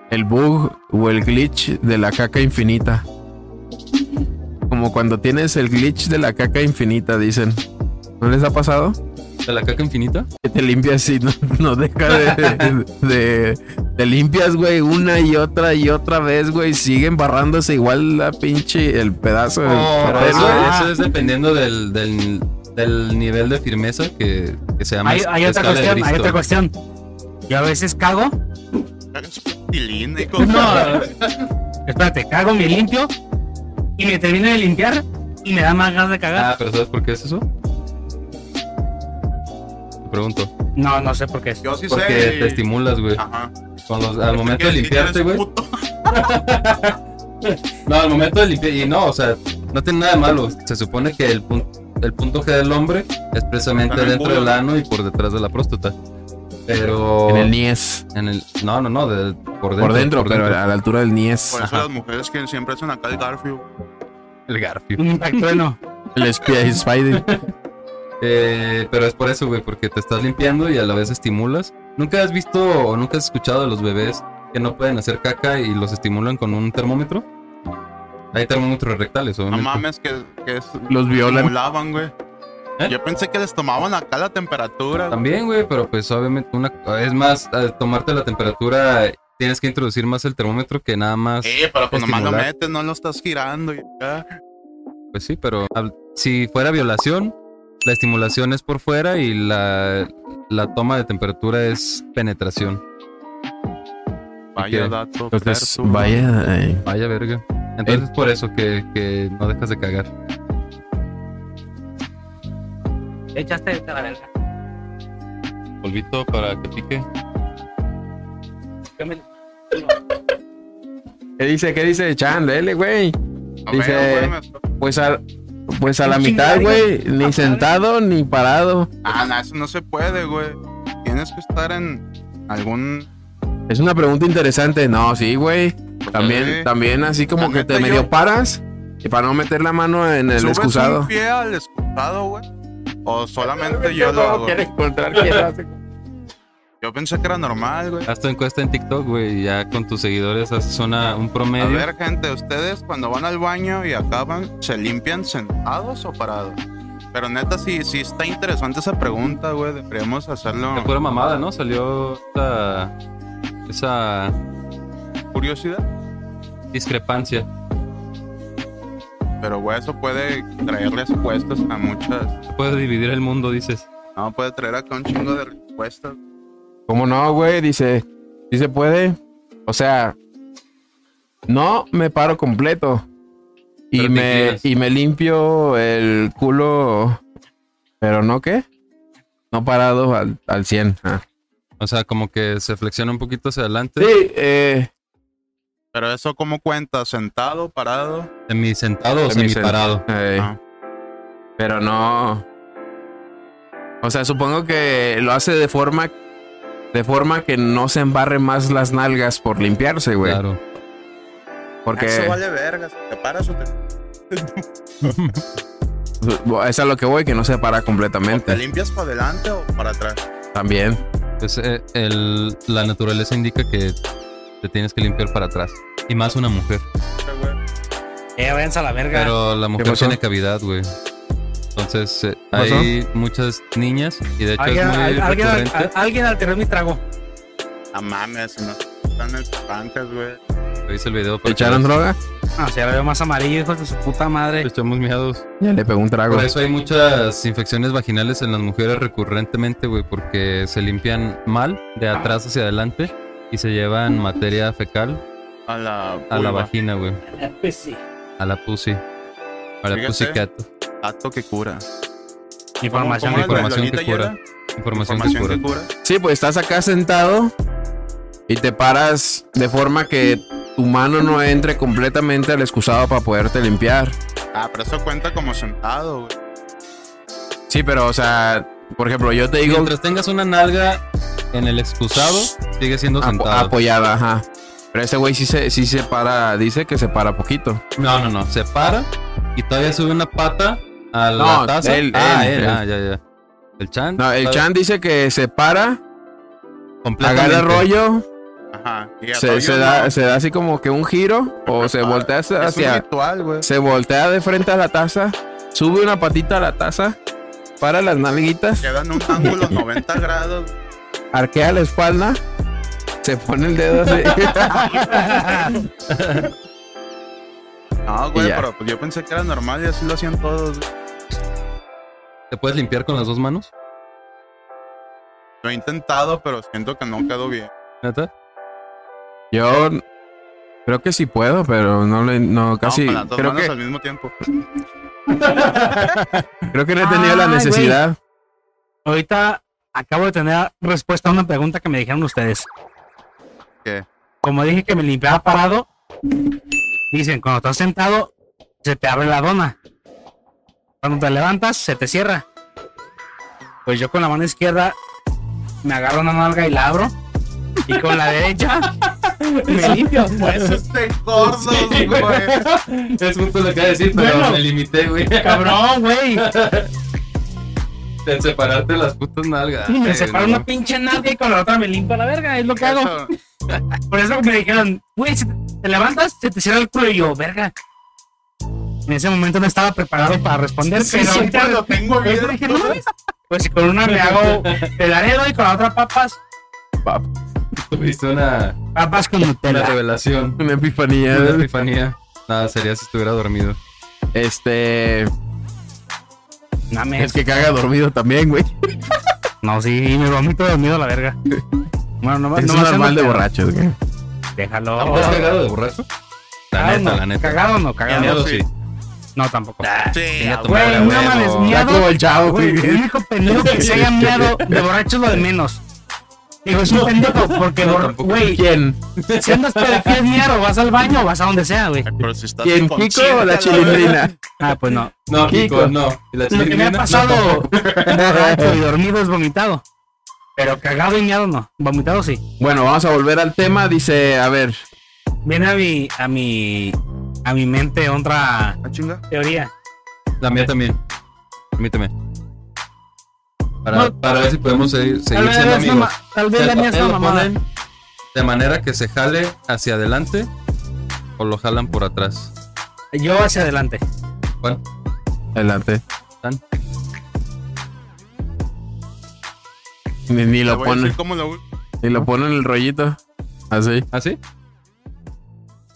Speaker 1: el bug o el glitch de la caca infinita. Como cuando tienes el glitch de la caca infinita, dicen. ¿No les ha pasado?
Speaker 3: ¿De la caca infinita?
Speaker 1: Que te limpias y no, no deja de, de- de- Te limpias, güey, una y otra y otra vez, güey. Sigue embarrándose igual la pinche... El pedazo del
Speaker 3: Pero
Speaker 1: papel,
Speaker 3: eso,
Speaker 1: güey.
Speaker 4: ah.
Speaker 3: eso es dependiendo del, del, del nivel de firmeza que, que se llama.
Speaker 4: Hay, hay otra
Speaker 3: escala de
Speaker 4: cuestión, hay
Speaker 3: Bristol.
Speaker 4: otra cuestión. Yo a veces cago.
Speaker 2: Cagas plastilina y cosas.
Speaker 4: No, espérate, cago, me limpio y me termino de limpiar y me da más ganas de cagar.
Speaker 3: Ah, pero ¿sabes por qué es eso? Te pregunto.
Speaker 4: No, no sé por qué es.
Speaker 2: Yo sí
Speaker 3: Porque
Speaker 2: sé.
Speaker 3: te estimulas, güey.
Speaker 2: Ajá.
Speaker 3: Cuando- al
Speaker 2: Ah. Porque
Speaker 3: momento de
Speaker 2: sí
Speaker 3: limpiarte,
Speaker 2: tienes
Speaker 3: güey.
Speaker 2: puto-
Speaker 3: No, al momento de limpiar. Y no, o sea, no tiene nada de malo. Se supone que el punto. El punto G del hombre es precisamente
Speaker 2: Está en el culo,
Speaker 3: dentro del
Speaker 2: ¿no?
Speaker 3: ano y por detrás de la próstata. Pero.
Speaker 1: En el niés.
Speaker 3: en el- no, no, no, de- por dentro.
Speaker 1: Por dentro, pero a la altura del niés.
Speaker 2: Por eso
Speaker 3: Ajá.
Speaker 2: las mujeres que siempre hacen acá el Garfield.
Speaker 3: El garfio.
Speaker 4: Un impactrueno.
Speaker 1: El espía es Spidey.
Speaker 3: Eh, pero es por eso, güey, porque te estás limpiando y a la vez estimulas. ¿Nunca has visto o nunca has escuchado de los bebés que no pueden hacer caca y los estimulan con un termómetro? Hay termómetros rectales,
Speaker 2: No
Speaker 3: obviamente.
Speaker 2: mames, que, que es,
Speaker 1: Los violan.
Speaker 2: simulaban, güey.
Speaker 3: ¿Eh?
Speaker 2: Yo pensé que les tomaban acá la temperatura. güey.
Speaker 3: También, güey, pero pues obviamente una... Es más, al tomarte la temperatura tienes que introducir más el termómetro que nada más...
Speaker 2: Eh, pero pues nomás lo
Speaker 3: Estimular.
Speaker 2: metes, no lo estás girando. Y ya.
Speaker 3: Pues sí, pero hab- si fuera violación, la estimulación es por fuera y la, la toma de temperatura es penetración.
Speaker 2: Vaya
Speaker 3: Ok.
Speaker 2: dato.
Speaker 1: Entonces,
Speaker 2: perturbador.
Speaker 1: vaya. eh,
Speaker 3: Vaya verga. Entonces es por eso que, que no dejas de cagar.
Speaker 4: Echaste a la verga.
Speaker 3: polvito para que pique.
Speaker 4: Yo me-
Speaker 1: ¿Qué dice? ¿Qué dice? Chan, léele, güey.
Speaker 2: A
Speaker 1: Dice-
Speaker 2: ver, güey, me-
Speaker 1: Pues a, pues a la
Speaker 4: Un
Speaker 1: mitad,
Speaker 4: chingadero.
Speaker 1: güey. Ni sentado ni parado.
Speaker 2: Ah, no, eso no se puede, güey. Tienes que estar en algún.
Speaker 1: Es una pregunta interesante. No, sí, güey. También,
Speaker 2: Sí.
Speaker 1: también así como
Speaker 2: La
Speaker 1: que
Speaker 2: neta,
Speaker 1: te medio
Speaker 2: yo-
Speaker 1: paras. Y para no meter la mano en el
Speaker 2: ¿Subes
Speaker 1: excusado.
Speaker 2: un pie al excusado, güey? O solamente yo lo hago.
Speaker 1: encontrar quién hace.
Speaker 2: Yo pensé que era normal, güey.
Speaker 3: Haz tu encuesta en TikTok, güey, y ya con tus seguidores haces una, un
Speaker 2: A
Speaker 3: promedio.
Speaker 2: ver, gente, ustedes cuando van al baño y acaban, ¿se limpian sentados o parados? Pero neta, sí, sí está interesante esa pregunta, güey. Deberíamos hacerlo.
Speaker 3: De pura mamada, ¿no? Salió esta- esa
Speaker 2: Curiosidad.
Speaker 3: discrepancia.
Speaker 2: Pero, güey, eso puede traer respuestas a muchas.
Speaker 3: Se puede dividir el mundo, dices.
Speaker 2: No, puede traer acá un chingo de respuestas.
Speaker 1: ¿Cómo no, güey? Dice, sí se puede. O sea, no me paro completo. Y
Speaker 3: Pero te
Speaker 1: me,
Speaker 3: inclinas.
Speaker 1: y me limpio el culo. Pero no qué? No parado al, al 100. ah.
Speaker 3: O sea, como que se flexiona un poquito hacia adelante.
Speaker 1: Sí, eh,
Speaker 2: Pero eso, ¿cómo cuenta? ¿Sentado, parado?
Speaker 3: Semi sentado o semi parado.
Speaker 1: eh,
Speaker 2: Ah.
Speaker 1: Pero no. O sea, supongo que lo hace de forma. De forma que no se embarre más las nalgas por limpiarse, güey.
Speaker 3: Claro.
Speaker 1: Porque
Speaker 2: Eso vale verga. si ¿Te paras o te,
Speaker 1: es a lo que voy, que no se para
Speaker 2: o te
Speaker 1: completamente.
Speaker 2: limpias para adelante o para atrás?
Speaker 1: También.
Speaker 3: Pues eh, el- la naturaleza indica que te tienes que limpiar para atrás. Y más una mujer.
Speaker 4: Eh, váyanse a la verga.
Speaker 3: Pero la mujer
Speaker 1: pasó?
Speaker 3: tiene cavidad, güey. Entonces, eh,
Speaker 1: pasó?
Speaker 3: hay muchas niñas y de hecho
Speaker 4: alguien,
Speaker 3: es muy
Speaker 4: al- alguien, al-
Speaker 3: recurrente.
Speaker 4: alguien alteró mi trago.
Speaker 2: A mames, no están espantes, güey.
Speaker 3: Revisa el video. para que
Speaker 1: ¿Echaron
Speaker 3: veas.
Speaker 1: droga?
Speaker 4: No, si ahora veo más amarillo, hijos de su puta madre.
Speaker 3: Echamos miados.
Speaker 1: Ya le pegó un trago.
Speaker 3: Por eso hay muchas infecciones vaginales en las mujeres recurrentemente, güey, porque se limpian mal, de atrás hacia adelante, y se llevan materia fecal
Speaker 2: A la,
Speaker 3: a la
Speaker 2: vulva.
Speaker 3: vagina, güey,
Speaker 4: Pues sí.
Speaker 3: a la pussy, a la
Speaker 2: Fíjate.
Speaker 3: pussycat.
Speaker 2: Acto que cura.
Speaker 4: Información
Speaker 2: ¿Cómo-
Speaker 4: de
Speaker 2: cómo
Speaker 4: cura.
Speaker 2: era
Speaker 3: información
Speaker 2: el de
Speaker 3: que cura.
Speaker 2: Lolita
Speaker 3: Información,
Speaker 2: Yela? Información
Speaker 3: que
Speaker 2: que
Speaker 3: cura.
Speaker 2: cura.
Speaker 1: Sí, pues estás acá sentado y te paras de forma que tu mano no entre completamente al excusado para poderte limpiar.
Speaker 2: Ah, pero eso cuenta como sentado, güey.
Speaker 1: Sí, pero, o sea, por ejemplo, yo te digo
Speaker 3: Mientras tengas una nalga en el excusado, sigue siendo
Speaker 1: apo-
Speaker 3: sentado.
Speaker 1: apoyada, ajá. Pero ese güey sí se, sí se para, dice que se para poquito.
Speaker 3: No, no, no, se para y todavía sube una pata a la
Speaker 1: No,
Speaker 3: taza.
Speaker 1: él,
Speaker 3: ah,
Speaker 1: él,
Speaker 3: él,
Speaker 1: él.
Speaker 3: ah, ya, ya. El chan.
Speaker 1: No, el
Speaker 3: todavía
Speaker 1: Chan dice que se para,
Speaker 3: completamente.
Speaker 1: agarra el rollo,
Speaker 2: Ajá. Y a todo
Speaker 1: se, se
Speaker 2: yo
Speaker 1: da,
Speaker 2: no.
Speaker 1: se da así como que un giro o se voltea hacia,
Speaker 2: Es un
Speaker 1: hacia-
Speaker 2: ritual, güey.
Speaker 1: se voltea de frente a la taza, sube una patita a la taza, para las nalguitas.
Speaker 2: Quedan un ángulo 90 grados.
Speaker 1: arquea la espalda, se pone el dedo así.
Speaker 2: No, güey,
Speaker 1: Y ya.
Speaker 2: pero pues yo pensé que era normal y así lo hacían todos. güey.
Speaker 3: ¿Te puedes limpiar con las dos manos?
Speaker 2: Lo he intentado, pero siento que no quedó bien.
Speaker 3: ¿Neta?
Speaker 1: Yo creo que sí puedo, pero no le, no casi
Speaker 2: no, con las dos
Speaker 1: creo
Speaker 2: manos
Speaker 1: que
Speaker 2: al mismo tiempo.
Speaker 1: creo que no he tenido la
Speaker 4: Ay, güey.
Speaker 1: necesidad.
Speaker 4: Ahorita acabo de tener respuesta a una pregunta que me dijeron ustedes.
Speaker 2: ¿Qué?
Speaker 4: Como dije que me limpiaba parado, dicen, cuando estás sentado, se te abre la dona. Cuando te levantas, se te cierra. Pues yo con la mano izquierda me agarro una nalga y la abro. Y con la derecha me limpio.
Speaker 2: Eso es de gordos,
Speaker 3: Sí, güey.
Speaker 2: güey.
Speaker 3: Es justo lo que iba a decir,
Speaker 4: pero Bueno. me
Speaker 3: limité, güey.
Speaker 4: Cabrón, güey.
Speaker 3: De separarte las putas nalgas.
Speaker 4: Me separo una pinche nalga y con la otra me limpio la verga. Es lo que hago.
Speaker 2: Eso-
Speaker 4: Por eso me dijeron, güey, si te levantas, se te cierra el culo y yo, verga. En ese momento no estaba preparado para responder, pero
Speaker 2: eso
Speaker 4: ahorita-
Speaker 2: cuando tengo
Speaker 4: ahorita
Speaker 2: miedo.
Speaker 4: dije, no mames. Pues si con una me hago el arero y con la otra papas,
Speaker 3: Tuviste una,
Speaker 4: papas con
Speaker 3: una
Speaker 4: Nutella.
Speaker 3: revelación,
Speaker 1: Una epifanía.
Speaker 3: una epifanía. Nada, sería si estuviera dormido.
Speaker 1: Este
Speaker 4: No, me-
Speaker 1: es que caga dormido también, güey.
Speaker 4: no, sí, me vomito dormido la verga. Bueno, no,
Speaker 1: es
Speaker 4: no
Speaker 1: normal de borrachos, güey.
Speaker 4: Déjalo.
Speaker 3: ¿Has pues cagado de borracho? La
Speaker 4: Cagado
Speaker 3: neta,
Speaker 4: Ah, no,
Speaker 3: la neta.
Speaker 4: Cagado no, cagado no.
Speaker 3: Miedo,
Speaker 2: sí.
Speaker 3: sí.
Speaker 4: No, tampoco.
Speaker 2: Sí,
Speaker 3: Chinga
Speaker 2: a
Speaker 3: tu
Speaker 2: huevo.
Speaker 3: madre,
Speaker 4: Güey, no
Speaker 3: güey,
Speaker 4: mames,
Speaker 3: no.
Speaker 1: Está
Speaker 4: miado.
Speaker 1: como el
Speaker 3: Ah,
Speaker 1: chavo,
Speaker 4: Güey,
Speaker 1: güey.
Speaker 4: el único pendejo que se haya meado de borracho es lo de menos. Digo, es un pendejo porque, bor-
Speaker 3: tampoco.
Speaker 4: güey,
Speaker 1: ¿Quién?
Speaker 4: si andas pedofil miedo, vas al baño o vas a donde sea, güey.
Speaker 2: Pero si estás
Speaker 1: ¿Quién?
Speaker 2: consciente,
Speaker 1: ¿Kiko o la chilindrina?
Speaker 4: Ah, pues no.
Speaker 3: No,
Speaker 1: Kiko.
Speaker 3: Kiko, no. ¿Y la
Speaker 4: Lo que me ha
Speaker 3: chilindrina?
Speaker 4: pasado
Speaker 3: No.
Speaker 4: borracho y dormido es vomitado. Pero cagado y miado no. Vomitado sí.
Speaker 1: Bueno, vamos a volver al tema. Dice, a ver,
Speaker 4: Viene a mi, a mi, a mi mente otra
Speaker 2: Ah, chinga.
Speaker 4: teoría.
Speaker 3: La mía también. Permíteme. Para,
Speaker 4: No.
Speaker 3: para ver si podemos seguir,
Speaker 4: Tal
Speaker 3: seguir
Speaker 4: vez,
Speaker 3: siendo
Speaker 4: es una
Speaker 3: amigos.
Speaker 4: ma- tal vez
Speaker 3: El
Speaker 4: la mía es
Speaker 3: papel
Speaker 4: una
Speaker 3: lo
Speaker 4: mamada.
Speaker 3: ponen de manera que se jale hacia adelante o lo jalan por atrás.
Speaker 4: Yo hacia adelante.
Speaker 3: ¿Cuál?
Speaker 1: adelante.
Speaker 3: ¿Están?
Speaker 1: Ni, ni
Speaker 2: Te
Speaker 1: lo
Speaker 2: voy a decir
Speaker 1: ponen,
Speaker 2: cómo lo-
Speaker 1: ni lo ponen en el rollito. Así.
Speaker 3: ¿Ah, sí?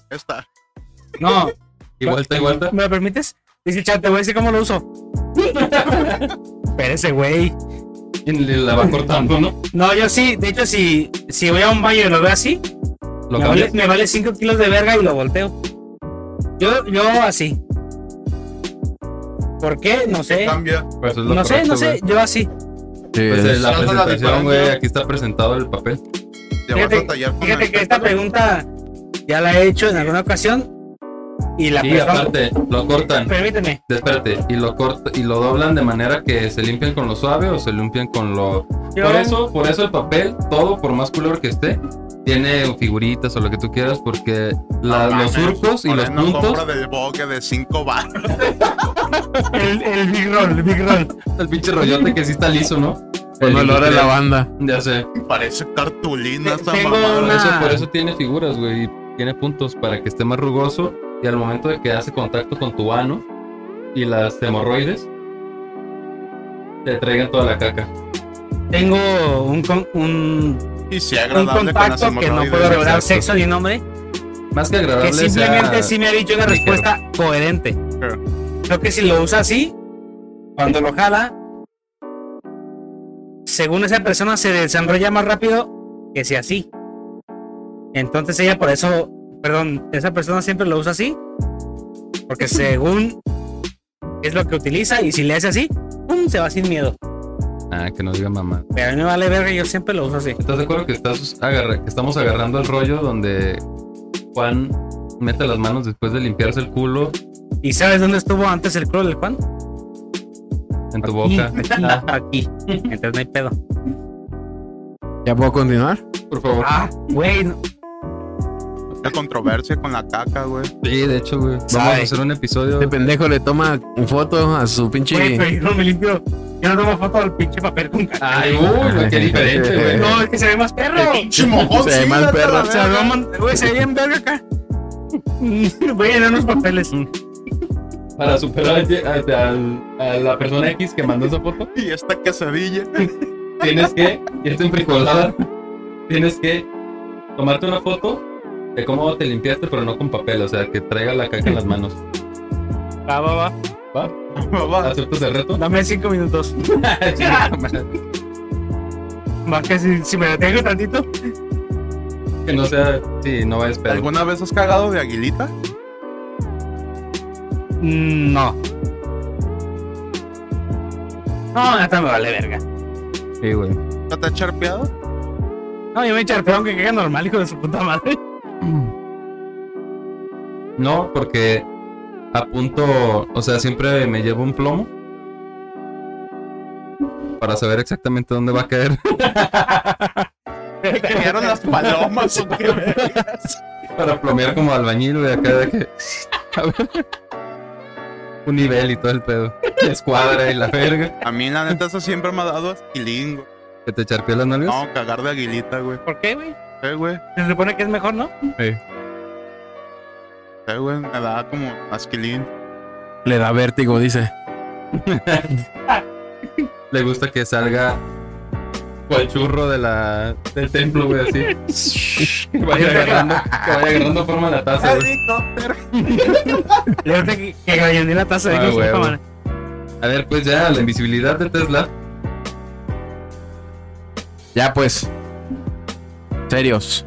Speaker 2: Esta.
Speaker 4: No.
Speaker 3: Y vuelta y vuelta.
Speaker 4: ¿Me lo permites? Dice, chat, te voy a decir cómo lo uso. Espérese, güey.
Speaker 3: Y la va cortando, ¿no?
Speaker 4: No, yo sí. De hecho, si, si voy a un baño y lo veo así,
Speaker 3: Lo
Speaker 4: me vale,
Speaker 3: cambias.
Speaker 4: me vale 5 kilos de verga y lo volteo. Yo, yo así. ¿Por qué? No sé.
Speaker 2: Cambia.
Speaker 3: Pues es lo
Speaker 4: No sé,
Speaker 3: correcto,
Speaker 4: no sé.
Speaker 3: güey.
Speaker 4: Yo así.
Speaker 3: Pues
Speaker 1: es-
Speaker 3: en la
Speaker 5: Son todas las
Speaker 3: presentación, güey,
Speaker 5: diferencias.
Speaker 3: aquí está presentado el papel.
Speaker 2: Te vas
Speaker 4: Fíjate-
Speaker 2: a tallar con
Speaker 4: Fíjate
Speaker 2: el
Speaker 4: que esta pregunta ya la he hecho en alguna ocasión y la
Speaker 3: Y
Speaker 4: persona-
Speaker 3: aparte, lo cortan.
Speaker 4: Permíteme.
Speaker 3: Espérate, y lo corta, y lo doblan de manera que se limpian con lo suave o se limpian con lo.
Speaker 4: Yo-
Speaker 3: Por eso, por eso el papel, todo por más color que esté, tiene figuritas o lo que tú quieras, porque la-
Speaker 2: No mames,
Speaker 3: los surcos y los
Speaker 2: Moreno
Speaker 3: puntos.
Speaker 2: compra del boque de 5 barras.
Speaker 4: El, el Big Roll, el Big Roll.
Speaker 3: El pinche rollote que sí está liso, ¿no?
Speaker 1: Con olor a
Speaker 3: industrial.
Speaker 1: lavanda.
Speaker 3: Ya sé.
Speaker 2: Parece cartulina
Speaker 4: Te-
Speaker 2: esa
Speaker 4: tengo
Speaker 2: mamada.
Speaker 3: Por
Speaker 4: una-
Speaker 3: eso, por eso tiene figuras, güey. y Tiene puntos para que esté más rugoso. Y al momento de que hace contacto con tu ano y las hemorroides, te traigan toda la caca.
Speaker 4: Tengo un, con- un,
Speaker 2: Y si
Speaker 4: un
Speaker 2: agradable con las
Speaker 4: contacto que no
Speaker 2: hemorroides.
Speaker 4: puedo revelar
Speaker 3: exacto.
Speaker 4: sexo ni nombre,
Speaker 3: Más que agradable.
Speaker 4: que simplemente
Speaker 3: sea-
Speaker 4: sí me ha dicho una
Speaker 3: ligero.
Speaker 4: respuesta coherente.
Speaker 2: Claro.
Speaker 4: Creo que si lo usa así, cuando lo jala, según esa persona se desenrolla más rápido que si así. Entonces ella por eso, perdón, esa persona siempre lo usa así, porque según es lo que utiliza y si le hace así, ¡pum! se va sin miedo.
Speaker 3: Ah, que no diga mamá.
Speaker 4: Pero a mí me vale verga, yo siempre lo uso así.
Speaker 3: ¿Estás de acuerdo que, estás agarra- que estamos agarrando el rollo donde Juan mete las manos después de limpiarse el culo
Speaker 4: ¿Y sabes dónde estuvo antes el culo del Juan?
Speaker 3: en tu boca?
Speaker 4: Aquí,
Speaker 3: Ah,
Speaker 4: aquí. Entonces no hay pedo.
Speaker 1: ¿Ya puedo continuar?
Speaker 3: por favor.
Speaker 4: Ah, güey, no-
Speaker 2: La controversia con la caca, güey.
Speaker 3: Sí, de hecho, güey. Vamos
Speaker 4: Sabe.
Speaker 3: a hacer un episodio.
Speaker 1: Este pendejo le toma foto a su
Speaker 4: güey,
Speaker 1: pinche.
Speaker 4: pero yo no me limpio. Yo no tomo foto del pinche papel con caca.
Speaker 3: Ay, uy, güey, qué diferente, güey. No,
Speaker 4: No, es que se ve más perro.
Speaker 2: Chimojón,
Speaker 1: Se ve mal
Speaker 2: vete a la
Speaker 1: perro.
Speaker 4: Se
Speaker 2: verga.
Speaker 4: ve man- güey, se ve bien verga acá. Voy a llenar unos papeles.
Speaker 3: Para superar al- al- al- a la persona X que mandó esa foto,
Speaker 2: Y esta quesadilla.
Speaker 3: tienes que irte en frijolada. Tienes que tomarte una foto de cómo te limpiaste, pero no con papel. O sea, que traiga la caca en las manos.
Speaker 4: Va, va, va.
Speaker 2: Mamá,
Speaker 3: ¿Aceptas el reto?
Speaker 4: Dame cinco minutos. Más que si, si me detengo tantito.
Speaker 3: que no sea. Sí, no vayas pedo.
Speaker 2: ¿Alguna vez has cagado de aguilita?
Speaker 4: Mm, No. No, hasta me vale verga.
Speaker 3: Sí, güey.
Speaker 2: ¿No te has charpeado?
Speaker 4: No, yo me charpeo aunque caiga normal, hijo de su puta madre.
Speaker 3: No, porque apunto, o sea, siempre me llevo un plomo para saber exactamente dónde va a caer.
Speaker 2: ¿Te cayeron las palomas o qué? vergas?
Speaker 3: Para plomear como albañil, güey, acá de que. A ver. Un nivel y todo el pedo. La escuadra y la verga.
Speaker 2: A mí, la neta, eso siempre me ha dado asquilín, güey.
Speaker 3: ¿Que te charpeó las nalgas?
Speaker 2: No, cagar de aguilita, güey.
Speaker 4: ¿Por qué, güey?
Speaker 2: Eh, güey.
Speaker 4: Se supone que es mejor, ¿no?
Speaker 2: Eh, güey. Me da como asquilín.
Speaker 1: Le da vértigo, dice.
Speaker 3: Le gusta que salga cual churro de la, del templo, güey, así. Que vaya agarrando, que vaya agarrando forma la taza, güey.
Speaker 4: Le gusta que, que galloné la taza de
Speaker 3: Ah,
Speaker 4: hijo de su
Speaker 3: huevo.
Speaker 4: puta madre.
Speaker 3: A ver, pues ya, la invisibilidad de Tesla.
Speaker 1: Ya pues. Serios.